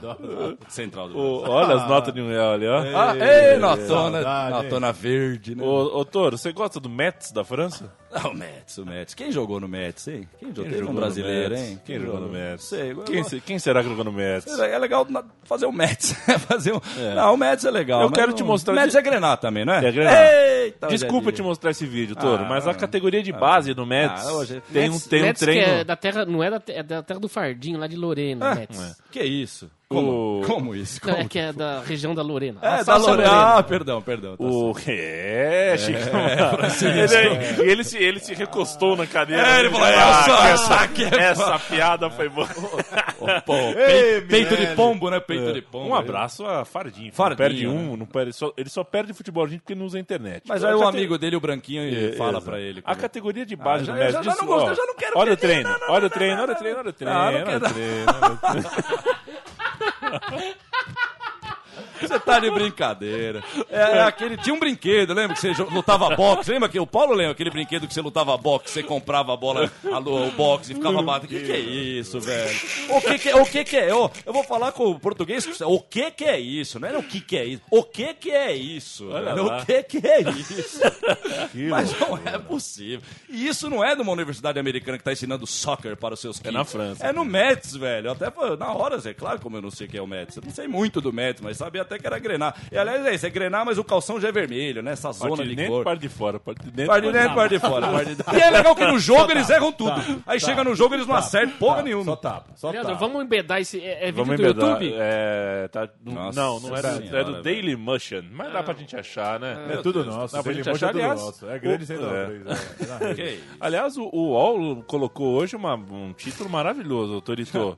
G: central do Brasil.
F: Ô, olha as notas de um real ali, ó.
G: Ah, ei, notona,
K: saudade, hein?
G: notona verde, né?
F: Ô, ô, Toro, você gosta do Mets da França?
G: Ah, o Mets, o Mets. Quem jogou no Mets, hein? Quem jogou? Teve
F: jogou
G: um
F: no
G: brasileiro,
F: Mets?
G: hein?
F: Quem jogou no Mets?
G: Sei, eu-
F: Quem, se- quem será que jogou no Mets?
G: É legal na- fazer o Mets. fazer um... Não, o Mets é legal.
F: Eu
G: mas
F: quero
G: não-
F: te mostrar-
G: Mets é grenar também, não é?
F: É Grenar.
G: Eita, olha
F: Desculpa
G: ali.
F: te mostrar esse vídeo, Toro,
G: tá Ah,
F: mas a
G: ah,
F: categoria de base do Mets
G: Ah, hoje-
F: tem,
H: Mets-
F: um, tem um
H: Mets que
F: treino.
H: é da terra, não é da, te- é da terra do Fardinho, lá de
G: Ah,
H: Lorena, Mets.
G: Que isso?
F: O-
G: Como, Como isso?
H: Não,
G: Como? tipo?
H: é que é da região da Lorena.
G: É,
H: A
G: da
H: salsa
G: Lorena.
H: Lorena.
G: Ah, perdão, perdão. tá certo.
F: O... É, Chico. ele, ele, se, ele se recostou na cadeira.
G: É, ele
F: dele,
G: falou,
F: já,
G: "Essa-
F: "Ah,
G: que é
F: essa, essa piada foi boa.
G: Pô,
K: Ei,
G: peito, peito de
K: Mirelle.
G: pombo, né? Peito de pombo.
F: Um abraço a Fardinho. que
G: Fardinho,
F: não perde um,
G: né?
F: não perde, só- ele só perde futebol gente porque não usa internet. Então,
G: Mas
F: A
G: aí o
F: cate-
G: amigo dele, o branquinho, ele
F: É,
G: fala
F: exato.
G: pra ele.
F: A categoria de base
G: Ah, já-
F: do Mets.
G: já- já não
F: disso,
G: gosto,
F: ó,
G: eu já não quero
F: Olha o
G: perder,
F: treino,
G: não, não,
F: olha
G: não,
F: o treino,
G: não,
F: olha o
G: não,
F: treino,
G: é
F: olha o treino.
G: não, não
F: olha o
G: quero.
F: treino.
G: Você tá de brincadeira. É, é aquele, tinha um brinquedo, lembra que você jo- lutava boxe? Lembra que o Paulo lembra aquele brinquedo que você lutava boxe, você comprava a bola, a, lu- o boxe e ficava batendo. O que, que é isso, velho? O que, que é? O que, que é? Ô, eu vou falar com o português. O que, que é isso? Não era o que, que é isso. O que, que é isso?
F: Olha
G: Era
F: lá.
G: o que, que é isso? Mas não é possível. E isso não é de uma universidade americana que tá ensinando soccer para os seus filhos.
F: na França.
G: É no Mets, velho. Até pô, na hora, Zé. Claro como eu não sei quem é o Mets. Eu não sei muito do Mets, mas sabia até que era grenar. E aliás, é isso. É grenar, mas o calção já é vermelho, né? Essa zona
F: Parte de
G: de
F: dentro,
G: cor.
F: parte de fora. Parte de dentro,
G: Parte de dentro, parte de fora. parte de- E é legal que no jogo eles erram tudo. Aí chega no jogo eles não acertam porra
K: Tá. Só
G: nenhuma.
K: tapa, só
G: Ah,
H: Leandro,
G: tá.
K: tapa.
H: vamos embedar esse. É, é vídeo
F: Vamos
H: do
F: embedar.
H: YouTube?
F: É, tá, não-
G: Nossa
F: não, não era.
G: senhora,
F: é do
G: velho.
F: Daily Motion. Mas dá pra gente achar, né?
K: É tudo nosso.
F: Dá pra
K: Daily
F: gente
K: Motion
F: achar,
K: é tudo
F: aliás,
K: nosso. É grande
F: o-
K: sem dó,
F: é.
K: Luiz, é. É na rede.
G: Ok.
F: Aliás, o, o UOL colocou hoje uma- um título maravilhoso, Torito.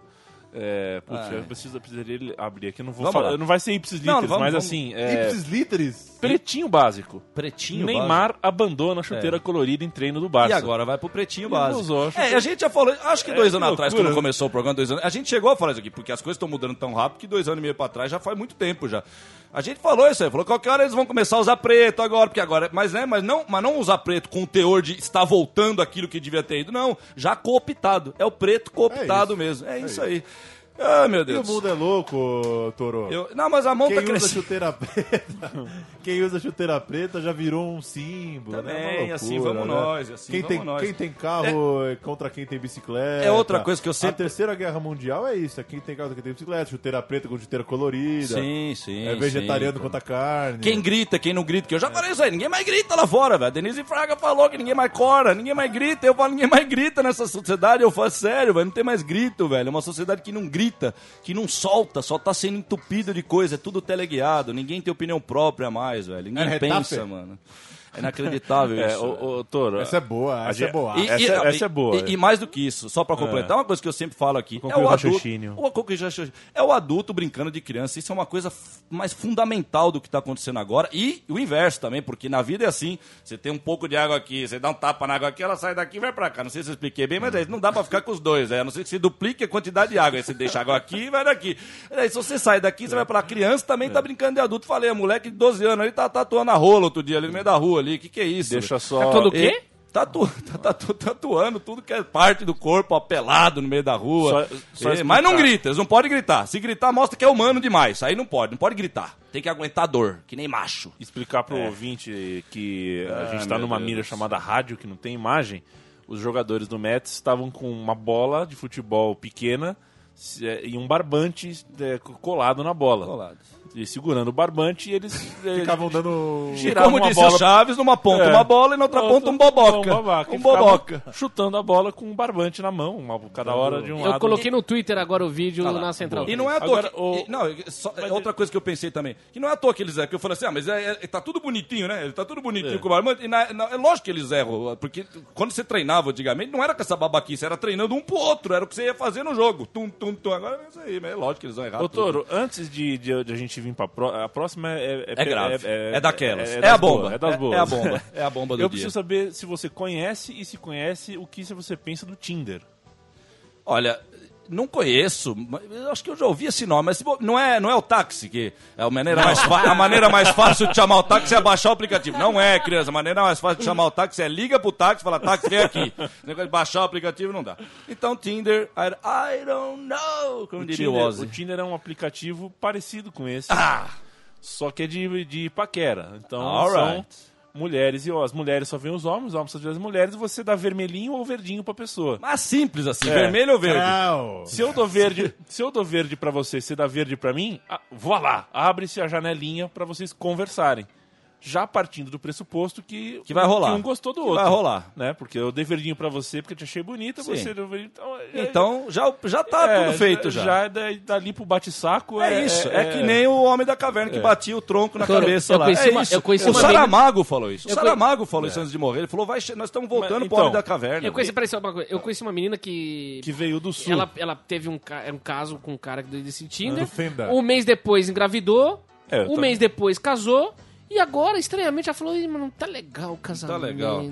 F: É, putz, eu preciso, precisaria abrir aqui. eu Não, vou
G: Vamos
F: falar,
G: lá.
F: não vai ser Ipsis
G: Não,
F: Litteris,
G: vamos,
F: mas
G: vamos.
F: assim. é,
K: Ipsis literis.
F: Pretinho básico.
G: Pretinho
F: Neymar abandona a chuteira
G: É.
F: colorida em treino do
G: E
F: Barça.
G: agora vai pro pretinho
F: nos
G: básico.
F: outros.
G: É, a gente já falou, acho que dois
F: que
G: anos atrás,
F: loucura,
G: quando
F: né?
G: começou o programa, dois anos, a gente chegou a falar isso aqui, porque as coisas estão mudando tão rápido que dois anos e meio pra trás já faz muito tempo já. A gente falou isso aí, falou que qualquer hora eles vão começar a usar preto agora, porque agora. Mas, né, mas, não, mas não usar preto com o teor de estar voltando aquilo que devia ter ido, não. Já cooptado. É o preto cooptado
K: isso.
G: mesmo. É, isso aí. Ah, meu
K: E o
G: Deus.
K: mundo é louco, Toro.
G: Eu- não, mas a mão
K: Quem
G: tá
K: usa
G: crescendo.
K: chuteira preta, quem usa chuteira preta já virou um símbolo. né?
G: Também,
K: É uma loucura,
G: assim vamos
K: né?
G: nós, assim
K: quem
G: vamos
K: tem,
G: nós.
K: Quem tem carro é contra quem tem bicicleta.
G: É outra coisa que eu sempre-
K: A terceira guerra mundial é isso, é quem tem carro contra quem tem bicicleta, chuteira preta com chuteira colorida.
G: Sim, sim.
K: É vegetariano
G: sim.
K: contra carne.
G: Quem grita, quem não grita, que eu já falei isso aí, ninguém mais grita lá fora, velho. A Denise Fraga falou que ninguém mais cora, ninguém mais grita. Eu falo, ninguém mais grita nessa sociedade, eu falo sério, velho. Não tem mais grito, velho. É uma sociedade que não grita, que não solta, só tá sendo entupida de coisa, é tudo teleguiado, ninguém tem opinião própria mais, velho. Ninguém
K: É Retafe?
G: pensa, mano. É inacreditável
F: É,
G: isso. velho.
F: o, o Toro.
K: Essa é boa,
F: a
K: essa é
F: gente-
K: boa.
F: e- essa- essa é boa. É.
G: E, e mais do que isso, só pra completar, uma coisa que eu sempre falo aqui. É
F: concluir
G: o,
F: o
G: adulto,
F: raciocínio.
G: o concluir o raciocínio. É o adulto brincando de criança. Isso é uma coisa f- mais fundamental do que tá acontecendo agora. E o inverso também, porque na vida é assim. Você tem um pouco de água aqui, você dá um tapa na água aqui, ela sai daqui e vai pra cá. Não sei se eu expliquei bem, mas é, isso. não dá pra ficar com os dois. É, a não ser que você duplique a quantidade de água. Aí você deixa a água aqui e vai daqui. Aí, se você sai daqui,
F: É.
G: você vai pra lá. Criança também tá brincando de adulto. Falei, a moleque de 12 anos, ele tá tatuando a rola outro dia ali no meio da rua ali. Que que é isso?
F: Deixa
G: velho?
F: só.
H: Tatuando o quê?
G: E- Tatu, tá, tatu- tatuando tudo que é parte do corpo, ó, pelado no meio da rua.
F: Só- só
G: E-
F: explicar.
G: mas não grita, eles não podem gritar. Se gritar, mostra que é humano demais. Aí não pode, não pode gritar. Tem que aguentar a dor, que nem macho.
F: explicar pro ouvinte que a gente tá
G: É. Ah, meu
F: numa
G: Deus.
F: mira chamada rádio que não tem imagem. Os jogadores do Mets estavam com uma bola de futebol pequena se- eh, e um barbante eh, co- colado na bola. E segurando o barbante, eles eh,
K: Ficavam dando.
F: Gi- Tiraram
G: Como
F: uma
G: disse
F: bola-
G: o Chaves, numa ponta
F: É.
G: uma bola e na outra ponta um boboca.
F: Um boboca.
G: Um
F: E ficavam
G: boboca.
F: Chutando a bola com um barbante na mão, uma, cada hora de um lado.
H: Eu coloquei no Twitter agora o vídeo na central.
G: E não é à toa.
F: Agora,
G: que-
F: o-
G: e- não, é só- é outra coisa que eu pensei também. Que não é à toa que eles erram. Que eu falei assim, ah, mas é, é- tá tudo bonitinho, né? Tá tudo bonitinho com o Barbante. E na- na- é lógico que eles erram. Porque quando você treinava antigamente, não era com essa babaquice, era treinando um pro outro. Era o que você ia fazer no jogo. Tum, tum, tum. Agora é isso aí, mas é lógico que eles vão errar.
F: Ô,
G: tudo.
F: Toro, antes de, de- de a gente vir pra próxima. A próxima é.
G: É grave. É, daquelas.
F: é-
G: É,
F: é das
G: a bomba.
F: boas, é das boas.
G: É, a bomba. É a bomba do
F: Eu
G: dia.
F: preciso saber se você conhece e se conhece o que você pensa do Tinder.
G: Olha, não conheço, mas eu acho que eu já ouvi esse nome, mas se bo- não é, não é o táxi, que é a maneira, mais fa- a maneira mais fácil de chamar o táxi é baixar o aplicativo. Não é, criança, a maneira mais fácil de chamar o táxi é liga pro táxi e fala, táxi, vem aqui. Esse negócio de baixar o aplicativo não dá. Então, Tinder, I, I don't know, como diria o
F: Tinder-
G: Ozzy.
F: o Tinder é um aplicativo parecido com esse,
G: Ah,
F: só que é de, de paquera. Então são
G: Alright.
F: mulheres e ó, as mulheres só veem os homens, os homens só veem as mulheres, e você dá vermelhinho ou verdinho pra pessoa.
G: mas simples assim, vermelho ou verde?
K: Não.
F: Se eu dou verde, se eu dou verde para você, você dá verde pra mim, ah, vá lá, abre-se a janelinha pra vocês conversarem. Já partindo do pressuposto que
G: Que vai rolar.
F: que um gostou do
G: Que
F: outro.
G: vai rolar.
F: né? Porque eu dei verdinho pra você porque eu te achei bonita,
G: Sim.
F: você deu verdinho. é-
G: Então, já, já tá
F: é,
G: tudo feito já.
F: Já é da- dali pro bate-saco
G: É isso, é, que nem o homem da caverna que batia o tronco na
H: Doutor,
G: cabeça
H: eu
G: lá.
H: conheci
G: É
H: uma-
G: isso.
H: eu conheci
G: o
H: uma
G: Saramago falou isso. O
H: Eu É.
G: Saramago falou isso antes de morrer. Ele falou, vai, che- nós estamos voltando
F: Mas,
G: pro homem
F: então,
G: da caverna.
H: Eu conheci, peraí, só uma coisa. Eu conheci uma menina que.
F: que veio do sul.
H: Ela, ela teve um, ca- um caso com um
G: Ah,
H: cara desse Tinder.
K: Do Fenda.
H: Um mês depois engravidou.
F: É, eu
H: um
F: também.
H: mês depois casou. E agora, estranhamente, ela falou, "Ih, mas não tá legal o casamento.
G: legal.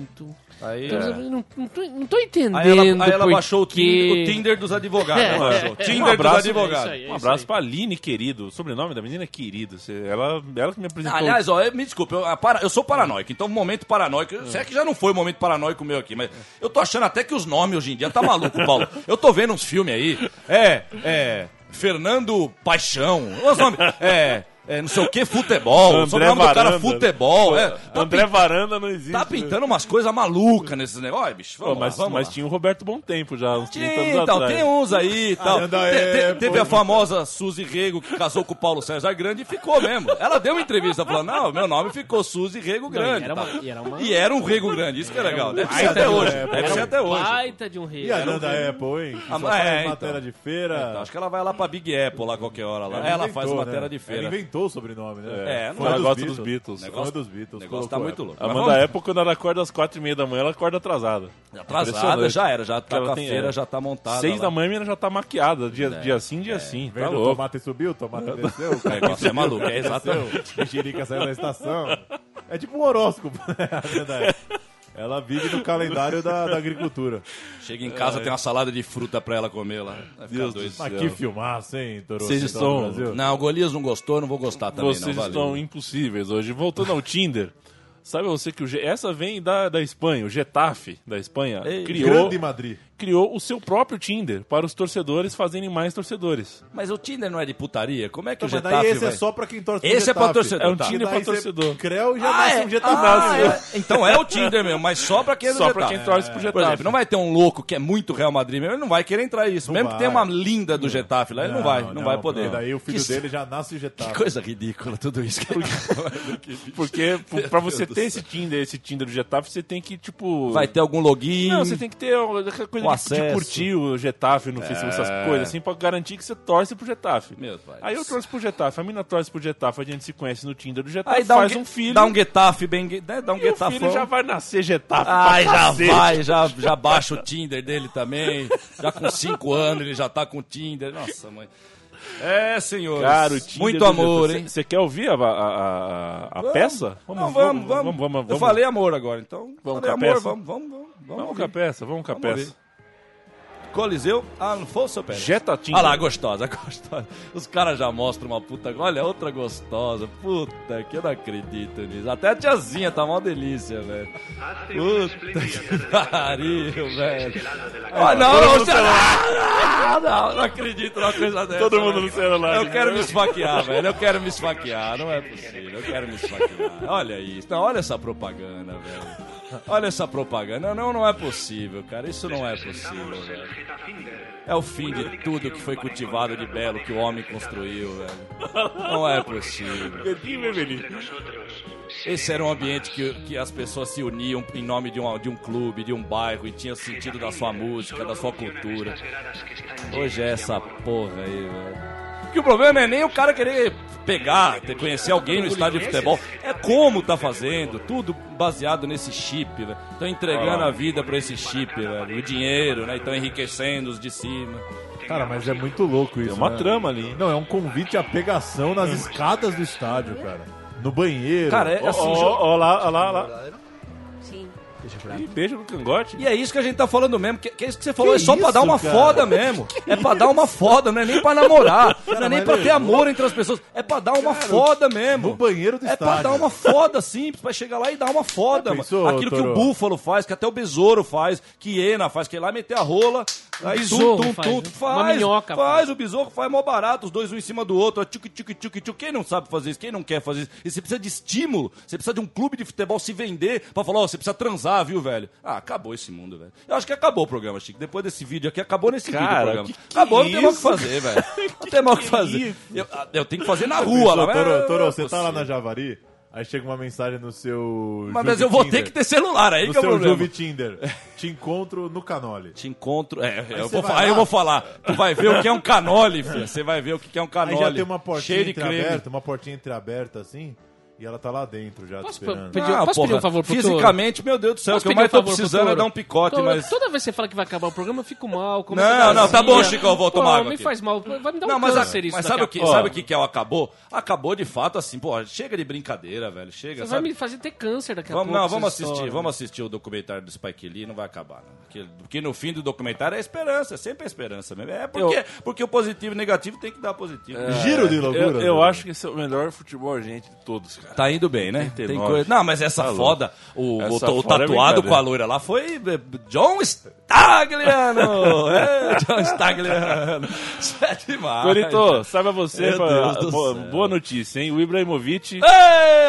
G: Aí,
H: Então,
G: é.
H: eu Não, não, tô, não tô entendendo.
G: Aí ela, aí ela
H: por
G: baixou o
H: quê.
G: Tinder, o Tinder dos advogados.
H: É.
G: ela baixou.
H: É.
G: Tinder
F: Um abraço,
G: dos advogados.
H: é isso aí.
F: Um abraço pra Aline, querido. O sobrenome da menina é querido. Você- Ela, ela que me apresentou.
G: Aliás, ó, eu- me desculpa, eu, a para- eu sou paranoico, então momento paranoico. Se é que já não foi o momento paranoico meu aqui, mas eu tô achando até que os nomes hoje em dia tá maluco, Paulo. Eu tô vendo uns filmes aí. É, é. Fernando Paixão. Os nomes. É. é, não sei o que, futebol.
F: André
G: o sobrenome do cara,
F: Varanda.
G: futebol. É, tá,
F: André Varanda não existe.
G: pin- tá pintando umas coisas malucas nesses negócios, bicho.
F: Pô,
G: Vamos
F: mas
G: lá, vamos
F: mas
G: lá.
F: tinha o Roberto Bom Tempo já, uns 30
G: Tinha,
F: anos
G: então,
F: atrás.
G: tem uns aí e tal.
K: anda aí,
G: Te- te-
K: pô.
G: teve a famosa Suzy Rego que casou com o Paulo César Grande e ficou mesmo. Ela deu uma entrevista falando: não, meu nome ficou Suzy Rego Grande.
H: e era uma-
G: tal.
H: e era uma-
G: E era um Rego Grande, isso que é legal. Deve ser
K: baita
G: até
K: de um-
G: hoje.
K: é,
G: Deve ser até hoje.
H: Baita de um rei.
K: E a Nanda Apple, hein? Que
G: Ah,
K: só
G: é,
K: faz
G: então.
K: matéria de feira.
G: Acho que ela vai lá pra Big Apple lá qualquer hora. Lá. Ela, faz
K: inventou,
G: matéria
K: né?
G: de feira.
K: Ela inventou o sobrenome, né?
G: É, não
K: Fã
F: ela gosta dos Beatles.
K: Fã
G: Negócio-
K: dos Beatles.
G: O negócio
K: colocou
G: tá
K: ela.
G: muito louco.
F: A
G: Mas
F: Amanda
G: vamos-
F: Apple, quando ela acorda às 4 e meia da manhã, ela acorda atrasada.
G: Atrasada,
F: Impressionante.
G: já era, já tá
F: Ela
G: com a
F: tem-
G: feira,
F: é.
G: já tá montada.
F: 6
G: lá. É,
F: da manhã, a menina já tá maquiada. Dia, dia sim, dia sim.
K: Vendo
F: Tá
K: o
F: louco.
K: tomate subiu, o tomate desceu, o
G: O
K: cara
G: negócio é maluco, é exatamente.
K: desceu, o mexerica saiu da estação. É tipo um horóscopo, né? A Nanda Apple. Ela vive no calendário da, da agricultura.
G: Chega em casa, tem uma salada de fruta pra ela comer lá. Vai ficar
F: Deus do
G: doido.
K: Mas
F: céu.
K: que filmaço, hein, Toro?
F: Vocês estão-
K: Brasil?
G: Não, o Golias não gostou, não vou gostar também.
F: Vocês
G: não, valeu.
F: estão impossíveis hoje. Voltando ao Tinder. Sabe você que o Ge- essa vem da, da Espanha, o Getafe da Espanha criou,
K: Grande Madrid.
F: criou o seu próprio Tinder para os torcedores fazerem mais torcedores.
G: Mas o Tinder não é de putaria? Como é que
K: Então,
G: o
K: mas
G: Getafe
K: daí esse
G: vai...
K: é só pra quem torce pro
G: Esse é pra
K: Getafe.
G: torcedor,
F: É um
G: tá.
F: Tinder
K: Daí
F: pra
K: você
F: torcedor.
K: Creu e já
G: Ah,
K: nasce
G: é?
K: um Getafe.
G: Ah, é. Então é o Tinder mesmo, mas só pra quem é do
F: Só pra
G: Getafe.
F: quem torce pro
G: Por
F: Getafe.
G: exemplo, não vai ter um louco que é muito Real Madrid mesmo, ele não vai querer entrar isso. mesmo que
K: vai.
G: tenha uma linda do Getafe lá, ele não, vai, não, vai poder.
K: porque Daí o filho
G: Que-
K: dele já nasce o Getafe.
G: Que coisa ridícula tudo isso.
F: Porque p- pra você ter esse Tinder, esse Tinder do Getafe, você tem que, tipo...
G: Vai ter algum login.
F: Não, você tem que ter uma coisa de- de,
G: Um acesso. É.
F: curtir o Getafe no Facebook, essas coisas, assim, pra garantir que você torce pro Getafe.
G: Meu pai
F: Aí
G: do
F: eu torço pro Getafe, a mina torce pro Getafe, a gente se conhece no Tinder do Getafe,
G: Aí dá
F: faz
G: um,
F: um, filho,
G: Dá um Getafe bem... Né, dá um
F: e o
G: Getafão.
F: filho já vai nascer Getafe
G: Ai,
F: pra
G: já
F: cacete.
G: vai, já, já baixa o Tinder dele também. Já com 5 anos ele já tá com o Tinder. Nossa, mãe. É, senhores.
F: Cara, o Tinder
G: Muito
F: do
G: amor,
F: Getafe.
G: hein?
F: Você- Você quer ouvir a, a- a, a, a peça?
G: Vamos, não, vamos, vamos, Eu falei amor agora, então. falei
F: Vamos com a
G: amor,
F: peça?
G: vamos, vamos, vamos. Vamos,
F: Vamos
G: ouvir.
F: com a peça, vamos com a
G: Vamos
F: peça.
G: Coliseu Alfonso Pérez.
F: Jetta Tinder.
G: Olha lá, gostosa, gostosa. Os caras já mostram uma puta. Olha, outra gostosa. Puta, que eu não acredito nisso. Até a tiazinha tá uma delícia, velho. Puta que pariu, velho. Ah, não, não, você- Ah, não, não acredito numa coisa dessa.
F: Todo mundo no
G: velho.
F: celular. né?
G: Eu quero me esfaquear, velho. Eu quero me esfaquear. Não é possível. Eu quero me esfaquear. Olha isso. Não, olha essa propaganda, velho. Olha essa propaganda. Não, não é possível, cara. Isso não é possível, velho. É o fim de tudo que foi cultivado de belo que o homem construiu, velho. Não é possível. Esse era um ambiente que, que as pessoas se uniam em nome de um, de um clube, de um bairro e tinha sentido da sua música, da sua cultura. Hoje é essa porra aí, velho. Que o problema não é nem o cara querer pegar, ter- conhecer alguém no estádio de futebol. É como tá fazendo, tudo baseado nesse chip, velho. Estão entregando a vida pra esse chip, velho. E O dinheiro, né? Estão enriquecendo os de cima.
K: Cara, mas é muito louco isso.
F: Tem uma
K: né?
F: trama ali.
K: Não, é um convite à pegação nas escadas do estádio, cara. No banheiro.
G: Cara, é
K: Ó,
G: assim,
K: ó,
G: jo-
K: ó lá, ó lá, ó lá.
F: Ih, beijo no cangote.
G: E é isso que a gente tá falando mesmo, que, que é isso que você falou, é só pra
K: isso,
G: dar uma
K: cara?
G: foda mesmo. é pra dar uma foda, não é nem pra namorar, não é nem
K: mas
G: pra
K: é-
G: ter amor entre as pessoas, é pra dar uma foda mesmo.
K: no banheiro do
G: É pra
K: estádio.
G: dar uma foda simples, pra chegar lá e dar uma foda,
K: Já
G: mano.
K: pensou,
G: Aquilo que o
K: Toro?
G: búfalo faz, que até o besouro faz, que hiena faz, que ir lá meter a rola, aí tum,
H: besouro
G: tum,
H: faz,
G: tum,
H: né?
G: faz,
H: Uma minhoca
G: faz,
H: faz.
G: o besouro faz mó barato, os dois um em cima do outro, tchuc, tchuc, tchuc, tchuc, quem não sabe fazer isso, quem não quer fazer isso, e você precisa de estímulo, você precisa de um clube de futebol se vender pra falar, ó, você precisa transar, viu, velho? Ah, acabou esse mundo, velho. Eu acho que acabou o programa, Chico, depois desse vídeo aqui, acabou nesse vídeo o
F: Cara,
G: programa.
F: que que
G: acabou,
K: é
G: não tem mais o que
F: isso?
G: fazer, velho. Não tem mais o que
F: que
G: fazer.
F: isso?
G: Eu, ah, eu tenho que fazer na
K: Pensou,
G: rua, lá, mas
K: é Toro,
G: não
K: Toro,
G: é
K: você tá lá na
G: possível.
K: Javari, aí chega uma mensagem no seu.
G: Mas,
K: Juve
G: mas eu vou
K: Tinder.
G: ter que ter celular, aí
K: No
G: que é o
K: seu
G: problema.
K: Juve Tinder. Te encontro no Canole.
G: Te encontro. É, eu
K: você
G: vou,
K: vai
G: fa- aí eu
K: lá.
G: vou falar. Tu vai ver o que é um canole, filho. Você vai ver o que é um
K: Aí
G: canole.
K: já tem uma portinha
G: Cheio de creme.
K: entreaberta, uma portinha entreaberta assim. E ela tá lá dentro já te
H: Posso
K: esperando.
H: pedir- posso pedir um favor pro
G: Ah, Fisicamente, meu Deus do céu, o
H: Posso
G: que eu
H: pedir um
G: mais tô
H: favor pro
G: precisando é
H: Toro?
G: dar um picote,
H: Toda-
G: mas...
H: Toda vez que você fala que vai acabar o programa, eu fico mal. como
G: Não,
H: você tá
G: não, tá
H: vazia.
G: bom, Chico, eu vou
H: Pô,
G: tomar água
H: me
G: aqui.
H: faz mal. Vai me dar um
G: Não, mas, a-
H: câncer isso
G: mas sabe, o
H: daqui
G: que,
H: a pouco.
G: sabe o que que ela acabou? Acabou de fato assim, pô, chega de brincadeira, velho, chega,
H: Você vai
G: sabe?
H: me fazer ter câncer daqui a
G: Vamos,
H: pouco.
G: não, vamos
H: essa
G: assistir,
H: história.
G: vamos assistir o documentário do Spike Lee, não vai acabar, não. Porque, porque no fim do documentário é esperança, sempre é esperança mesmo. É porque, porque o positivo e o negativo tem que dar positivo.
H: É.
K: Giro de loucura.
F: Eu, eu
K: né?
F: acho que esse é o melhor futebol urgente de todos, cara.
G: Tá indo bem, né?
F: 39.
G: Tem coisa... Não, mas essa
F: Tá louco.
G: foda, o, o
F: Essa
G: to- o
F: foda é
G: tatuado
F: brincadeira.
G: com a loira lá foi eh, John Stagliano! é, John Stagliano! Isso é demais!
F: Corito, sabe a você,
G: Meu
F: pra-
G: Deus do
F: boa,
G: céu. É,
F: boa notícia, hein? O Ibrahimovic
G: Ei,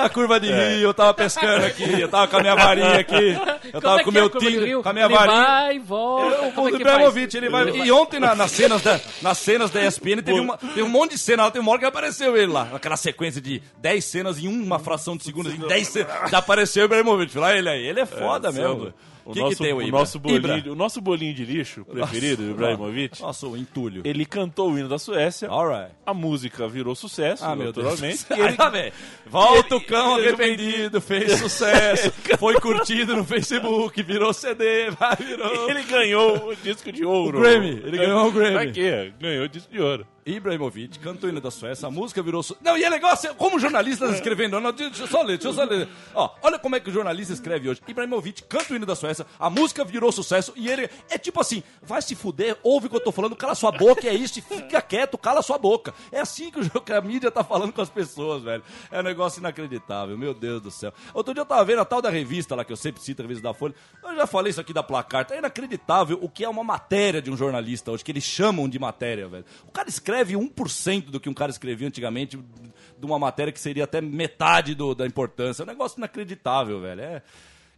G: a curva de
F: É.
G: rio, eu tava pescando aqui, eu tava com a minha varinha aqui, eu
H: Como
G: tava
H: é
G: com o
H: que é
G: meu
H: a Copa do
G: Tinder,
H: Rio?
G: com a minha
H: ele
G: varinha.
H: Vai, volta.
G: O
H: como é
G: do
H: que faz?
G: Ibrahimovic, ele vai. E ontem na- nas, cenas da, nas cenas da ESPN teve, uma, teve um monte de cena. lá, Tem uma hora que apareceu ele lá. Aquela sequência de 10 cenas em uma fração de segundo. Em 10 cenas. Já apareceu o Ibrahimovic. Lá ele aí. Ele é foda mesmo.
F: O
G: O que,
F: nosso,
G: que tem o
F: o
G: Ibra?
F: nosso bolinho,
G: Ibra.
F: o nosso bolinho de lixo preferido, o Ibrahimovic,
G: Nossa, o entulho.
F: ele cantou o hino da Suécia,
G: Alright.
F: a música virou sucesso,
G: Ah, meu Deus.
F: naturalmente.
G: E ele... Ah, velho. Volta o cão arrependido, fez sucesso, foi curtido no Facebook, virou CD, vai, virou.
F: Ele ganhou o disco de ouro.
G: O Grammy, ele ganhou o Grammy.
F: Pra quê? Ganhou o disco de ouro.
G: Ibrahimovic, canto o hino da Suécia, a música virou. su- Não, e é legal, assim, como jornalistas escrevendo. Não, deixa eu só ler, deixa eu só ler. Ó, olha como é que o jornalista escreve hoje. Ibrahimovic, canta o hino da Suécia, a música virou sucesso e ele. É tipo assim, vai se fuder, ouve o que eu tô falando, cala sua boca, é isso, e fica quieto, cala sua boca. É assim que, o, jo- que a mídia tá falando com as pessoas, velho. É um negócio inacreditável, meu Deus do céu. Outro dia eu tava vendo a tal da revista lá, que eu sempre cito, a revista da Folha. Eu já falei isso aqui da placar. Tá inacreditável o que é uma matéria de um jornalista hoje, que eles chamam de matéria, velho. O cara escreve 1% do que um cara escrevia antigamente de uma matéria que seria até metade do- da importância. É um negócio inacreditável, velho. É.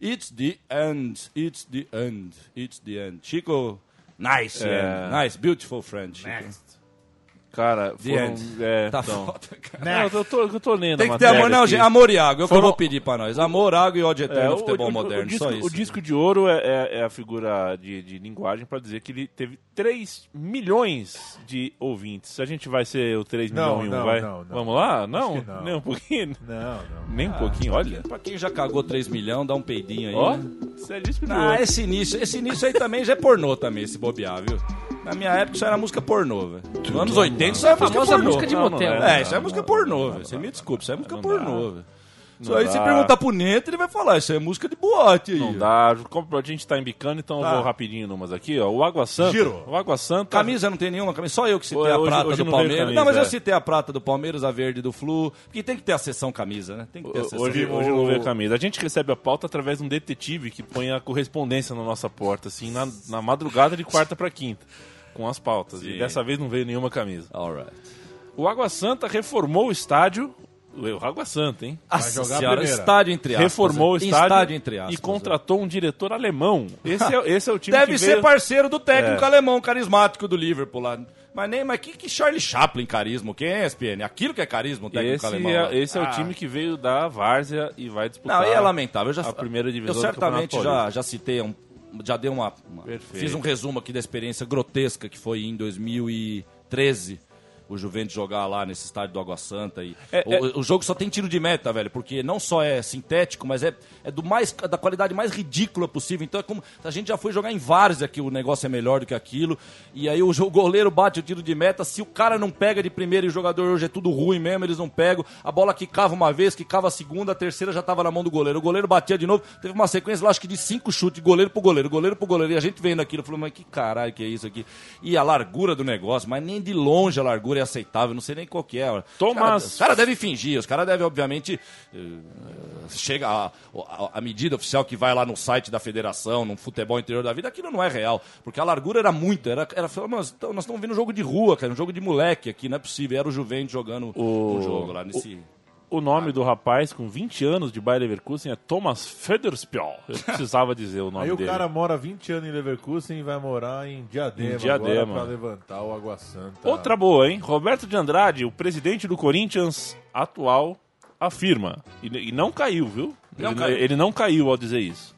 G: It's the end, it's the end, it's the end. Chico, nice,
F: É.
G: man. nice, beautiful friend, Chico.
F: Cara,
G: The
F: foram...
G: end.
F: É,
G: tá
F: então.
G: foda, cara.
F: Não, eu tô, eu tô lendo
G: Tem
F: a
G: que ter amor, não,
F: matéria
G: gente,
F: aqui.
G: amor e água, é o que eu
F: Foram-
G: vou pedir pra nós. Amor, água e ódio eterno
F: É,
G: no futebol moderno,
F: disco,
G: só isso. né?
F: o disco de ouro é, é- é a figura de, de linguagem pra dizer que ele teve 3 milhões de ouvintes. A gente vai ser o 3
K: Não,
F: milhões e um,
K: não,
F: vai?
K: não, não.
F: Vamos lá? Não?
K: que não. Ah,
F: Nem um pouquinho?
K: Não, não.
F: Nem um pouquinho, olha.
G: Pra quem já cagou 3 milhões, dá um peidinho aí.
F: Ó,
G: né?
F: isso é disco de
G: Ah,
F: ouro.
G: esse início, esse início aí também já é pornô também, esse bobear, viu? Na minha época isso era música pornô, velho. Nos anos 80
F: é
G: isso era música
H: famosa
G: pornô.
H: música de
F: Não, não
H: motel.
F: é.
G: É, isso é música pornô, velho. Você me desculpa, isso é música pornô, velho. Isso
F: Não
G: aí
F: dá.
G: se perguntar pro Neto, ele vai falar, isso é música de boate aí.
F: Não
G: ó.
F: dá, como a gente tá embicando, então eu vou rapidinho numas aqui, ó. O Água Santa.
K: Giro.
F: O Água Santa.
G: Camisa não tem nenhuma, camisa. Só eu que citei
F: Hoje-
G: a prata
F: hoje
G: do
F: não veio
G: Palmeiras.
F: camisa,
G: não, mas eu
F: é.
G: citei a prata do Palmeiras, a verde do Flu. Porque tem que ter a sessão camisa, né? Tem que ter a sessão
F: Hoje,
G: camisa.
F: hoje não veio camisa. A gente recebe a pauta através de um detetive que põe a correspondência na nossa porta, assim, na, na madrugada de quarta pra quinta, com as pautas.
G: Sim.
F: E dessa vez não veio nenhuma camisa.
G: Alright.
F: O Água Santa reformou o estádio. O Água Santa, hein?
G: Nossa
K: jogar a
G: senhora,
K: primeira.
G: estádio entre aspas. né?
F: reformou o estádio,
G: entre aspas. né?
F: e contratou um diretor alemão. Esse é, esse é o time
G: Deve
F: que
G: ser
F: veio... É.
G: parceiro do técnico alemão carismático do Liverpool lá. Mas nem, mas que, que Charlie Chaplin carisma? Quem é SPN? Aquilo que é carisma, o técnico
F: Esse
G: alemão. lá.
F: é, esse é o time que veio da Várzea e vai disputar.
G: Não, e é lamentável. Eu já,
F: a primeira divisão
G: Eu
F: do
G: certamente
F: Campeonato
G: já, já citei, um, já dei uma, uma-
F: Perfeito.
G: Fiz um resumo aqui da experiência grotesca que foi em 2013. O Juventus jogar lá nesse estádio do Água Santa. E
F: É,
G: o, o jogo só tem tiro de meta, velho, porque não só é sintético, mas é, é do mais, da qualidade mais ridícula possível. Então é como. A gente já foi jogar em várzea que o negócio é melhor do que aquilo. E aí o, jo- o goleiro bate o tiro de meta. Se o cara não pega de primeiro e o jogador hoje é tudo ruim mesmo, eles não pegam. A bola quicava uma vez, quicava a segunda, a terceira já tava na mão do goleiro. O goleiro batia de novo. Teve uma sequência lá, acho que de cinco chutes, goleiro pro goleiro, goleiro pro goleiro. E a gente vendo aquilo, falou, mas que caralho que é isso aqui? E a largura do negócio, mas nem de longe a largura é aceitável, não sei nem qual que é. Os
F: Thomas-
G: cara- Os caras devem fingir, os caras devem, obviamente, eh, chega a, a- a medida oficial que vai lá no site da federação, no futebol interior da vida, aquilo não é real. Porque a largura era muita. Era, era, falou, "Mas, então, nós estamos vendo um jogo de rua, cara, um jogo de moleque aqui, não é possível. Era o Juventus jogando
F: O-
G: um jogo lá nesse.
F: O nome do rapaz com 20 anos de Bayer Leverkusen é Thomas Federspiel. Eu precisava dizer o nome
K: Aí o
F: dele.
K: cara mora 20 anos em Leverkusen e vai morar em Diadema,
F: Em Diadema.
K: agora pra levantar o Água Santa.
F: Tá. Outra boa, hein? Roberto de Andrade, o presidente do Corinthians atual, afirma. E, e não caiu, viu?
G: Não
F: ele,
G: caiu.
F: ele não caiu ao dizer isso.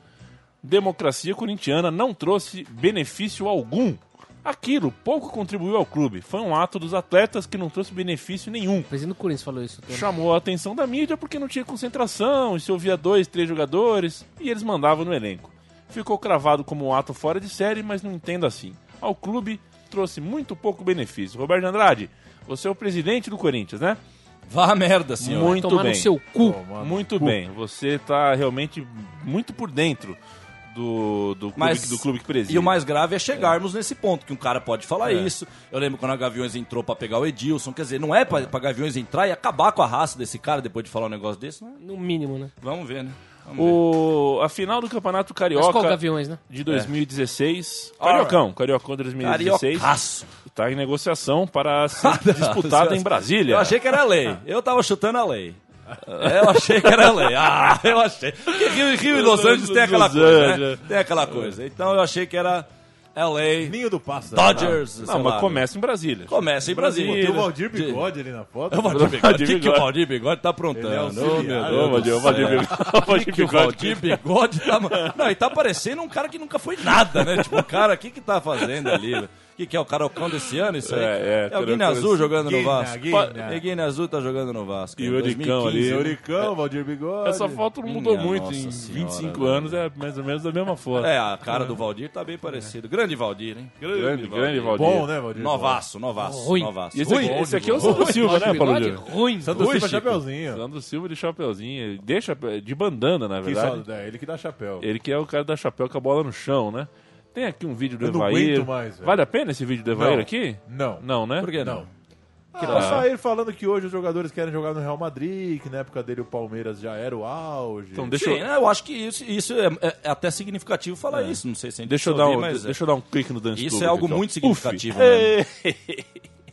F: Democracia corintiana não trouxe benefício algum Aquilo pouco contribuiu ao clube. Foi um ato dos atletas que não trouxe benefício nenhum.
H: O presidente do Corinthians falou isso. Tony.
F: Né? Chamou a atenção da mídia porque não tinha concentração, e se ouvia dois, três jogadores, e eles mandavam no elenco. Ficou cravado como um ato fora de série, mas não entendo assim. Ao clube trouxe muito pouco benefício. Roberto Andrade, você é o presidente do Corinthians, né?
G: Vá a merda, senhor.
H: Vai
F: muito
H: tomar
F: bem.
H: no seu cu.
F: Muito bem, você tá realmente muito por dentro do, do, clube,
G: Mas-
F: do clube que preside. É.
G: E o mais grave é chegarmos nesse ponto, que um cara pode falar isso. Eu lembro quando a Gaviões entrou pra pegar o Edilson. Quer dizer, não é pra, pra Gaviões entrar e acabar com a raça desse cara depois de falar um negócio desse, né?
H: No mínimo, né?
G: Vamos ver, né? Vamos ver.
F: O, a final do Campeonato
H: Mas qual
F: Carioca
H: Gaviões, né?
F: de 2016.
G: É.
F: Cariocão, Cariocão de 2016.
G: Cariocaço.
F: Está Tá em negociação para ser disputada em Brasília.
G: Eu achei que era lei. Eu tava chutando a lei. Eu achei que era lei. Ah, eu achei. Porque Rio, Rio e Los Angeles tem aquela
F: Los
G: coisa, né?
F: Angeles.
G: Tem aquela coisa. Então eu achei que era LA,
K: Ninho do Pássaro.
G: Dodgers, sei
F: Não, mas
G: lá.
F: começa em Brasília.
G: Começa em
K: Tem
G: Brasília.
K: o Valdir Bigode ali na foto.
G: É o Valdir Bigode. O
F: Valdir
G: que, que o
F: Bigode.
G: Valdir Bigode tá aprontando?
K: Ele é
G: Ô, meu
K: auxiliar.
G: Deus
F: Ô, Valdir,
G: do
F: ô, Valdir,
G: céu.
F: Bigode,
G: Que que
F: Valdir
G: o
F: Bigode.
G: Valdir Bigode tá... Não, e tá parecendo um cara que nunca foi nada, né? Tipo, o cara, o que que tá fazendo ali? velho? O que que é o Carocão desse ano, isso aí?
F: É, é,
G: o Guiné
F: Carocão
G: Azul
F: desse-
G: jogando no
K: Guiné,
G: Vasco.
K: Guiné.
G: E Guiné Azul tá jogando no Vasco.
F: E
G: em
F: o Ericão
G: 2015.
F: ali. É-
K: Euricão, Valdir Bigode.
F: Essa foto não mudou
G: Minha
F: muito.
G: Nossa
F: Em
G: Senhora,
F: 25
G: velho.
F: anos é mais ou menos a mesma foto.
G: É, a cara do Valdir tá bem parecido. Grande Valdir, hein?
F: grande, grande é Valdir.
K: Bom, né, Valdir?
G: Novaço, novaço,
H: Ruim.
G: novaço.
F: E esse, aqui,
G: Ruim.
F: esse aqui é o Sandro Silva, né, Paulo
H: Bigode?
F: Júnior?
H: Ruim.
K: Santo Silva
F: Chico.
K: Chapeuzinho.
F: Sandro Silva de chapeuzinho. Deixa de bandana, na
K: Que
F: verdade.
K: só, é, ele que dá chapéu.
F: Ele que é o cara da chapéu com a bola no chão, né? Tem aqui um vídeo do
K: Eu não
F: Evair.
K: aguento mais, velho.
F: vale a pena esse vídeo do Evair aqui?
K: Não.
F: Não, né?
G: Por que não?
K: Não. Ah, só ele falando que hoje os jogadores querem jogar no Real Madrid, que na época dele o Palmeiras já era o auge.
F: Então deixa
G: Sim,
F: eu... É.
G: né, eu acho que isso, isso é, é- é até significativo falar isso. Não sei se a gente
F: Deixa eu, dar
G: soube,
F: um,
G: mas é.
F: deixa eu dar um clique no Dance
G: Isso
F: Tube
G: é algo
F: aqui, ó.
G: muito significativo.
F: Uf.
G: né?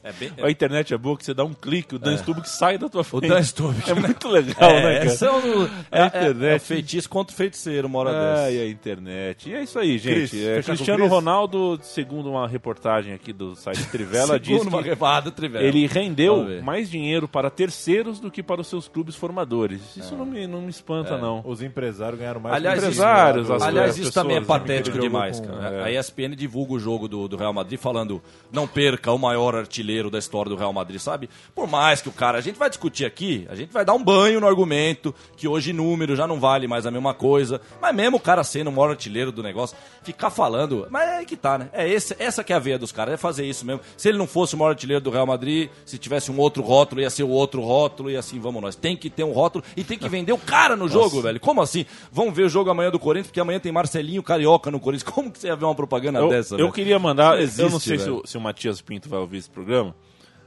G: É bem-
F: A internet é boa que você dá um clique, o Dance Tube que sai da
G: É.
F: tua
G: O
F: frente.
G: Dan Stubbs.
F: É muito legal, né, cara?
G: são- é,
F: A
G: é-
F: internet.
G: é feitiço contra o feiticeiro, uma hora
F: Ai,
G: dessa.
F: a internet. E é isso aí, gente.
K: Cris,
G: tá
F: É,
K: fechar com
F: Cristiano
K: Cris?
F: Ronaldo, segundo uma reportagem aqui do site Trivela, diz
G: Segundo uma
F: que
G: levada, Trivela.
F: ele
G: Vamos
F: rendeu
G: ver.
F: mais dinheiro para terceiros do que para os seus clubes formadores.
G: É.
F: Isso não me, não me espanta, não.
K: Os empresários ganharam mais
G: Aliás,
K: que os
F: empresários,
K: jogadores.
F: as- é.
G: Aliás,
F: pessoas,
G: isso também é
F: né,
G: patético
K: que jogam
G: demais,
K: com-
G: cara. A ESPN divulga o jogo do, do Real Madrid falando não perca o maior artilheiro da história do Real Madrid, sabe? Por mais que o cara, a gente vai discutir aqui, a gente vai dar um banho no argumento que hoje número já não vale mais a mesma coisa, mas mesmo o cara sendo o maior artilheiro do negócio, ficar falando, mas é aí que tá, né? É esse, essa que é a veia dos caras, é fazer isso mesmo. Se ele não fosse o maior artilheiro do Real Madrid, se tivesse um outro rótulo, ia ser o outro rótulo e assim vamos nós. Tem que ter um rótulo e tem que vender o cara no jogo, velho. Como assim? Vamos ver o jogo amanhã do Corinthians, porque amanhã tem Marcelinho Carioca no Corinthians. Como que você ia ver uma propaganda
F: Eu,
G: dessa,
F: eu
G: velho?
F: queria mandar.
G: Isso
F: eu
G: existe,
F: não sei se
G: velho.
F: o, se o Matias Pinto vai ouvir esse programa,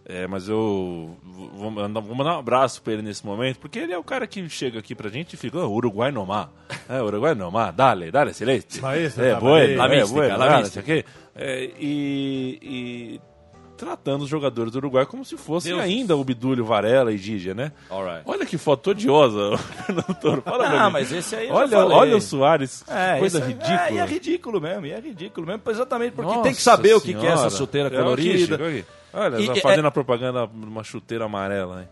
F: é, mas eu vou mandar, vou mandar um abraço pra ele nesse momento, porque ele é o cara que chega aqui pra gente e fica: "Ah, Uruguai no mar. É, Uruguai no mar, dale, dale, celeste.
K: Maestro,
F: é,
K: tá
F: bueno,
K: bem.
F: é,
G: La mística,
F: bueno,
G: la
F: cara,
G: mística.
F: não sei o quê. É, e. e Tratando os jogadores do Uruguai como se fossem
G: Deuses.
F: ainda o Bidúlio, Varela e Gigi, né?
G: Alright.
F: Olha que foto odiosa, Fernando Toro. Fala pra
G: Ah,
F: mim.
G: mas esse aí eu já
F: olha,
G: falei.
F: olha o Soares,
G: É,
F: coisa
G: isso-
F: ridícula.
G: É, e é ridículo mesmo, e é ridículo mesmo, exatamente porque
F: Nossa
G: tem que saber o que, que é
F: senhora.
G: essa chuteira
F: É, olha aqui,
G: colorida.
F: chegou aqui. Olha,
G: E- é,
F: tá
G: e-
F: fazendo a propaganda de uma chuteira amarela, hein?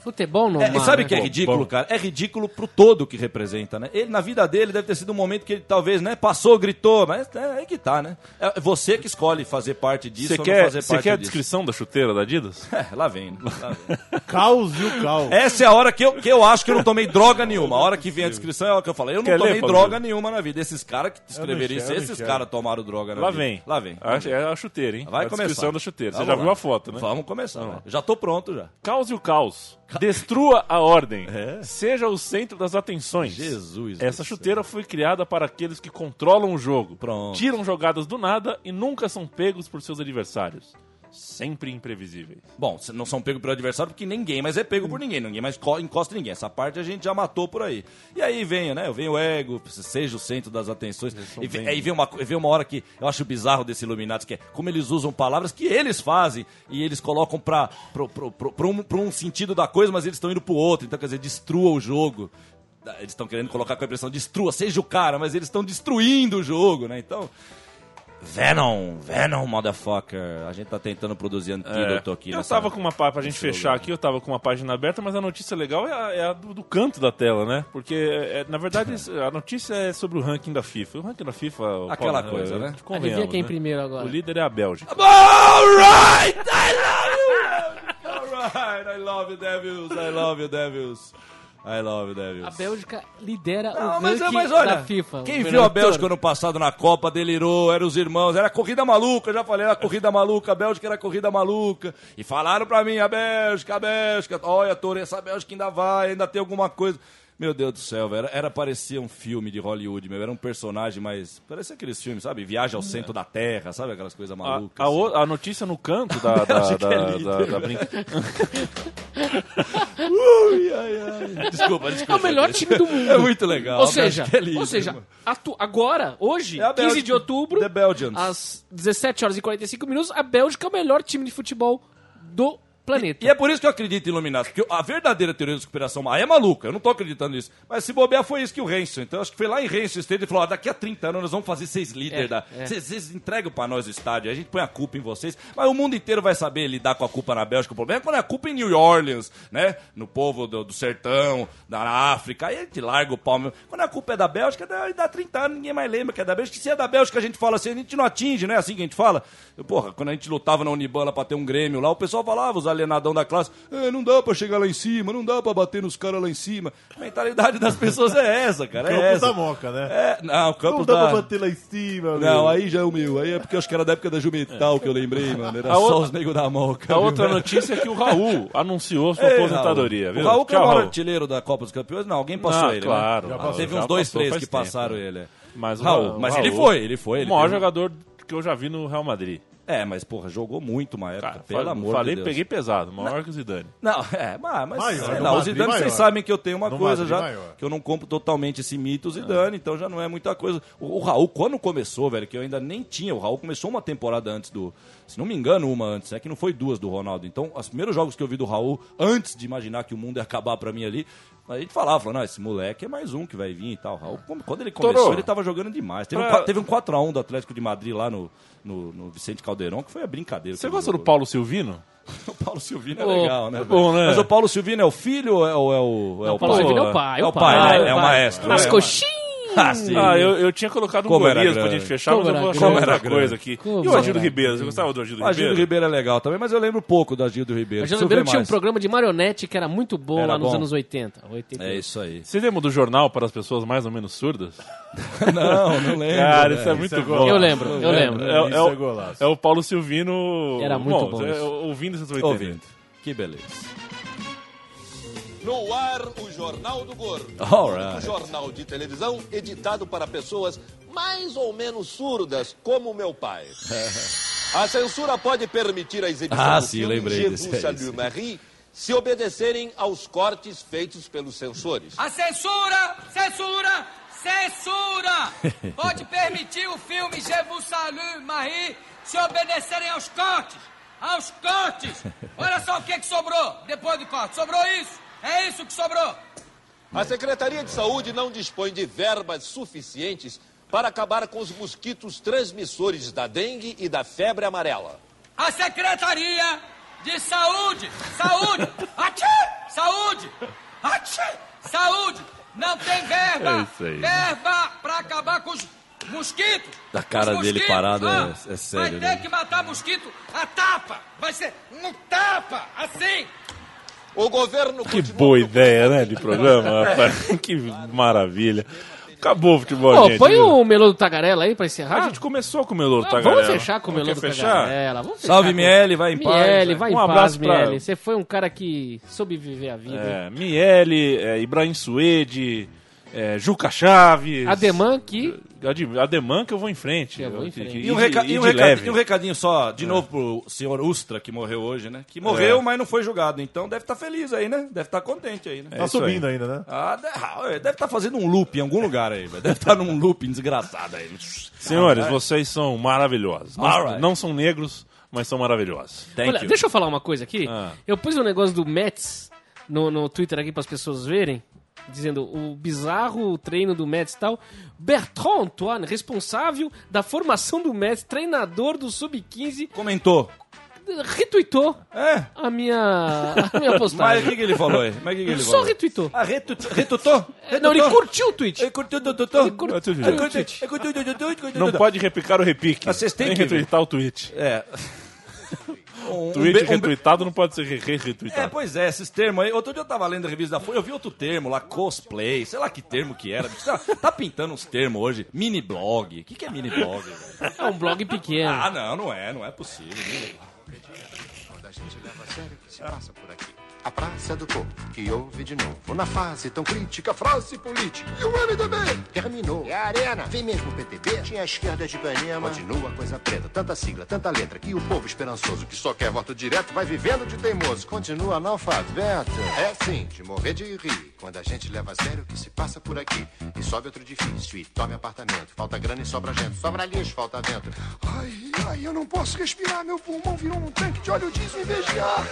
H: Futebol não,
G: É,
H: mano.
G: e sabe o que é
F: Bom,
G: ridículo,
F: bom.
G: cara? É ridículo pro todo que representa, né? Ele, na vida dele, deve ter sido um momento que ele talvez, né, passou, gritou, mas é aí que tá, né? É você que escolhe fazer parte disso
F: Você
G: ou
F: quer,
G: não fazer
F: você
G: parte
F: quer a
G: disso.
F: descrição da chuteira da Adidas?
G: É, lá vem, né? Lá vem.
K: Caos e o caos.
G: Essa é a hora que eu, que eu acho que eu não tomei droga nenhuma. A hora que vem a descrição é a hora que eu falo. Eu não
F: Quer ler,
G: tomei
F: Paulo
G: droga
F: Júlio?
G: nenhuma na vida. Esses caras que escreveram
K: Eu não
G: isso,
K: enxergo, eu não
G: esses
K: enxergo.
G: caras tomaram droga na
F: Lá
G: vida.
F: vem.
G: Lá vem.
F: A- é a chuteira, hein?
G: Vai
F: a
G: começar.
F: descrição da chuteira. Você
G: Vamos
F: já
G: lá.
F: viu a foto, né?
G: Vamos começar. né? Já tô pronto já.
F: Caos e o caos. Destrua a ordem.
G: É.
F: Seja o centro das atenções.
G: Jesus do
F: Essa
G: céu.
F: chuteira foi criada para aqueles que controlam o jogo.
G: Pronto.
F: Tiram jogadas do nada e nunca são pegos por seus adversários. Sempre imprevisíveis.
G: Bom, se não são pegos pelo adversário porque ninguém mais é pego por ninguém, ninguém mais co- encosta em ninguém. Essa parte a gente já matou por aí. E aí vem, né? Vem o ego, seja o centro das atenções. E vem, aí vem uma, co- vem uma hora que eu acho bizarro desse Illuminati, que é como eles usam palavras que eles fazem e eles colocam pra, pro, pro, pro- pro um, pro um sentido da coisa, mas eles estão indo pro outro. Então, quer dizer, destrua o jogo. Eles estão querendo colocar com a impressão destrua, seja o cara, mas eles estão destruindo o jogo, né? Então, Venom, Venom, motherfucker. A gente tá tentando produzir antídoto
F: É.
G: aqui.
F: eu
G: nessa-
F: tava com uma página, pra gente
G: nesse
F: fechar
G: lugar.
F: aqui, eu tava com uma página aberta, mas a notícia legal é a, é a do, do canto da tela, né? Porque, é, na verdade, isso- a notícia é sobre o ranking da FIFA. O ranking da FIFA... o
G: Aquela
F: Paulo,
G: coisa,
F: é,
G: né?
F: convenhamos,
H: Adivinha quem
F: né?
H: primeiro agora?
F: O líder é a Bélgica.
G: Alright, I love you! Alright, I love you, Devils, I love you, Devils. I love you, Devils.
H: A Bélgica lidera o
G: Não, mas,
H: ranking
G: mas olha,
H: da FIFA.
G: quem
H: Fernando
G: viu a
H: Toro.
G: Bélgica ano passado na Copa delirou, eram os irmãos, era corrida maluca, eu já falei, era corrida maluca, a Bélgica era corrida maluca. E falaram pra mim, a Bélgica, a Bélgica, olha, Toro, essa Bélgica ainda vai, ainda tem alguma coisa. Meu Deus do céu, velho, era, parecia um filme de Hollywood, meu, era um personagem, mas parecia aqueles filmes, sabe? Viagem ao centro da Terra, sabe? Aquelas coisas
F: A,
G: malucas.
F: a, o- a notícia no canto da, da,
G: Bélgica é
F: da,
G: líder,
F: da- da
G: velho.
F: brinca-
G: Ui, ai, ai. Desculpa, desculpa.
H: É o melhor
G: gente.
H: time do mundo.
G: É muito legal.
H: Ou
G: a
H: seja,
G: Bélgica é líder,
H: ou seja
G: mano.
H: atu- agora, hoje,
G: É a
H: 15
G: Bélgica.
H: de outubro,
G: The Belgians.
H: às 17 horas e 45 minutos, a Bélgica é o melhor time de futebol do planeta.
G: E é por isso que eu acredito em Illuminati, porque a verdadeira teoria da conspiração aí é maluca, eu não tô acreditando nisso. Mas se bobear foi isso que o Renzo, então acho que foi lá em Renzo Stadium e falou, ó, daqui a 30 anos nós vamos fazer seis líderes,
H: É,
G: da...
H: é.
G: vocês vocês entregam pra nós o estádio, aí a gente põe a culpa em vocês, mas o mundo inteiro vai saber lidar com a culpa na Bélgica, o problema é quando é a culpa em New Orleans, né, no povo do, do sertão, da África, aí a gente larga o palmo. Quando a culpa é da Bélgica, dá, dá 30 anos, ninguém mais lembra que é da Bélgica, se é da Bélgica a gente fala assim, a gente não atinge, não é assim que a gente fala? Eu, Porra, quando a gente lutava na Unibana pra ter um Grêmio lá, o pessoal falava, os alienadão da classe, "É, não dá pra chegar lá em cima, não dá pra bater nos caras lá em cima. A mentalidade das pessoas é essa, cara, é
K: Campos
G: essa.
K: da Moca, né?
G: É, não, o campo
K: Não dá
G: da...
K: pra bater lá em cima,
G: Não,
K: meu.
G: aí já é o meu. Aí é porque eu acho que era da época da Jumetal que eu lembrei, mano. Era
F: É. A
G: só
F: outra-
G: os negros da moca.
F: A
G: viu?
F: outra notícia é que o Raul anunciou sua
G: Ei,
F: aposentadoria,
G: Raul.
F: viu?
G: O Raul que é o
F: Tchau,
G: maior
F: Raul.
G: artilheiro da Copa dos Campeões, não, alguém passou
F: Ah,
G: ele,
F: claro,
G: né?
F: Já passou.
G: Teve
F: já
G: uns dois,
F: passou
G: três
F: faz
G: que
F: tempo,
G: passaram
F: né?
G: ele. é.
F: Mas o
G: Raul,
F: Raul-
G: mas
F: Raul-
G: ele foi, ele foi.
F: o
G: Ele
F: maior
G: teve- um
F: jogador que eu já vi no Real Madrid.
G: É, mas porra, jogou muito uma época,
F: Cara,
G: pelo
F: fa-
G: amor de
F: falei,
G: Deus.
F: peguei pesado. Maior que o Zidane.
G: Não, é, mas, mas
K: Maior,
G: sei
K: no
G: lá, o
K: Madrid,
G: Zidane, vocês
K: maior.
G: sabem que eu tenho uma
K: No
G: coisa
K: Madrid,
G: já,
K: maior.
G: que eu não compro totalmente esse mito Zidane, então já não é muita coisa. O, o Raul, quando começou, velho, que eu ainda nem tinha, o Raul começou uma temporada antes do, se não me engano, uma antes, é que não foi duas do Ronaldo. Então, os primeiros jogos que eu vi do Raul, antes de imaginar que o mundo ia acabar pra mim ali, a gente falava, falava, não, esse moleque é mais um que vai vir e tal. O Raul, como- quando ele começou,
F: Torou. É.
G: ele tava jogando demais. Teve, um,
F: Pra-
G: qua- teve um 4x1 do Atlético de Madrid lá no, no, no Vicente Caldeirão, que foi a brincadeira.
F: Você
G: que ele
F: gosta do
G: jogou.
F: Paulo Silvino?
G: O Paulo Silvino é
H: Ô,
G: legal, né?
F: tá bom,
G: velho?
F: né?
G: Mas o Paulo Silvino é o filho ou é o, é o, é o
H: Paulo
G: pai?
H: Silvino é o pai,
G: É o pai, né? É o
H: pai.
G: maestro,
H: Nas
G: é.
H: coxinhas!
G: Ah, sim.
F: Ah, eu, eu tinha colocado um
G: Como era
F: Gorias pra
G: grande.
F: gente fechar,
H: Como
F: mas eu
H: era
F: vou achar
H: grande.
F: outra
G: Como era
F: coisa aqui.
H: Como
F: e o Agildo
H: era
F: Ribeiro? Você gostava do Agildo
G: O Agildo
F: Ribeiro?
G: Ribeiro é legal também, mas eu lembro pouco do Agildo Ribeiro.
H: A Jana
G: preciso ver
H: Ribeiro tinha um
G: mais.
H: programa de marionete que era muito bom
G: Era
H: lá nos
G: bom.
H: anos 80. 80.
G: É isso aí.
F: Você lembra do jornal para as pessoas mais ou menos surdas?
G: Não, não lembro. né?
F: Cara, isso é
G: velho.
F: muito
K: é
F: bom.
H: Eu lembro, eu lembro.
F: É, é
K: Isso é
F: o,
K: golaço.
F: é o Paulo Silvino.
H: Era muito bom
F: é-
H: isso.
F: ouvindo essas oitenta.
G: Ouvindo. Que beleza.
L: No ar, o Jornal do Gordo. Um
G: Alright.
L: jornal de televisão editado para pessoas mais ou menos surdas, como meu pai. A censura pode permitir a exibição um
G: Ah,
L: do
G: sim,
L: filme
G: lembrei
L: Je
G: desse
L: vous
G: aí,
L: salue,
G: sim.
L: Marie se obedecerem aos cortes feitos pelos censores.
M: A censura, censura, censura! Pode permitir o filme Je vous salue, Marie, se obedecerem aos cortes! Aos cortes! Olha só o que, que sobrou depois do corte. Sobrou isso! É isso que sobrou!
L: A Secretaria de Saúde não dispõe de verbas suficientes para acabar com os mosquitos transmissores da dengue e da febre amarela.
M: A Secretaria de Saúde, Saúde, Atchê! Saúde, Atchê! Saúde, não tem
G: É
M: verba,
F: isso aí.
M: verba pra acabar com os mosquitos.
G: Da cara
M: Os
G: dele
M: mosquitos,
G: parado
M: ah,
G: é- é sério,
M: Vai ter
G: né?
M: que matar mosquito a tapa, vai ser no tapa, assim.
L: O governo
F: Que
L: continua
F: boa ideia, né, de
K: É.
F: programa, rapaz?
K: Tá
F: que maravilha. Acabou o futebol,
H: Pô,
F: gente.
H: põe
F: viu?
H: o melô do Tagarela aí pra encerrar.
F: A gente começou com o Melô do
H: Ah,
F: Tagarela.
H: vamos fechar com o
F: Quer
H: Melô do
F: fechar?
H: Tagarela. Vamos fechar
G: Salve,
H: com-
G: Miele, vai em paz.
H: Miele,
G: né?
H: vai em
F: Um
H: paz,
F: abraço pra-
H: Miele. Você foi um cara que soube viver a vida. hein?
F: É, Miele, é, Ibrahim Suede, é, Juca Chaves.
H: Ademã que...
F: Ad- Ademã que eu vou em frente.
H: Eu vou em frente.
G: E um,
F: de-
G: reca-
F: e
G: e um
F: de
G: recadinho-
F: leve.
G: e um recadinho só, de novo pro senhor Ustra, que morreu hoje, né? Que morreu,
F: É.
G: mas não foi julgado. Então deve estar feliz aí, né? Deve estar contente aí, né?
K: Tá
F: É isso aí.
K: subindo ainda, né?
G: Ah, de- ah, deve estar fazendo um loop em algum lugar aí, velho. Deve estar num looping desgraçado aí. Ah.
F: Senhores, vocês são maravilhosos. Não,
G: Alright.
F: não são negros, mas são maravilhosos.
G: Thank
H: Olha,
G: you.
H: deixa eu falar uma coisa aqui.
F: Ah.
H: Eu pus um negócio do Mets no, no Twitter aqui pras pessoas verem. dizendo o bizarro treino do Mets e tal. Bertrand Antoine, responsável da formação do Mets, treinador do Sub-15,
G: Comentou.
H: retweetou
G: É.
H: a minha, a minha
G: Mas
H: postagem.
G: o que, que ele falou aí? Mas o que, que ele
H: Só
G: falou?
H: retweetou.
G: Ah, retu- retutou?
H: Não, ele
G: Retutou?
H: curtiu o tweet.
G: Ele curtiu do tutor?
H: Ele curtiu.
G: Ele curtiu. Ele curtiu do tutor? Ele curtiu
F: Não
G: do tutor.
F: pode repicar o repique.
G: Mas vocês têm
F: Tem
G: que-
F: retweetar o tweet.
G: É. Um, um
F: Tweet
G: be- um be-
F: retweetado não pode ser re-
G: É,
F: re-retweetado.
G: pois é, esses termos aí. Outro dia eu tava lendo a revista da Folha, eu vi outro termo lá, cosplay, sei lá que termo que era. bicho. Tá, tá pintando uns termos hoje. Mini blog. O que, que é mini blog, velho?
H: É um blog pequeno.
G: Ah, não, não é, não é possível. mini blog.
D: Quando a gente leva a sério o que se passa por aqui. A praça do corpo, que houve de novo. Na fase tão crítica, frase política. E o MDB terminou. E É a arena, vem mesmo o PTB. Tinha a esquerda de Ipanema. Continua a coisa preta, tanta sigla, tanta letra. Que o povo esperançoso, que só quer voto direto, vai vivendo de teimoso. Continua analfabeto. É sim, de morrer de rir. Quando a gente leva a sério o que se passa por aqui. E sobe outro edifício e tome apartamento. Falta grana e sobra gente. Sobra lixo, falta vento. Ai, ai, eu não posso respirar. Meu pulmão virou um tanque de óleo diesel em vez de ar.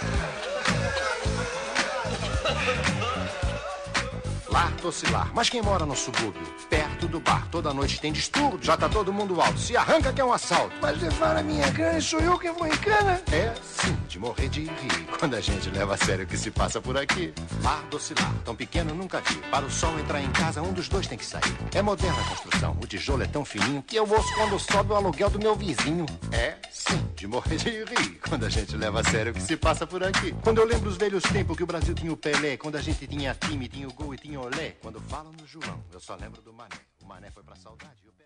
D: Lar tocilar. Mas quem mora no subúrbio, perto do bar, toda noite tem distúrbio, já tá todo mundo alto. Se arranca que é um assalto. Mas levar a minha grana e sou eu que vou em cana? É sim, de morrer de rir. Quando a gente leva a sério o que se passa por aqui. Lar docilar, tão pequeno nunca vi. Para o sol entrar em casa, um dos dois tem que sair. É moderna a construção, o tijolo é tão fininho que eu ouço quando sobe o aluguel do meu vizinho. É sim, de morrer de rir. Quando a gente leva a sério o que se passa por aqui. Quando eu lembro os velhos tempos que o Brasil tinha o Pelé, quando a gente tinha time, tinha o gol e tinha o olé. Quando falam no João, eu só lembro do Mané. O Mané foi pra saudade e o Pelé...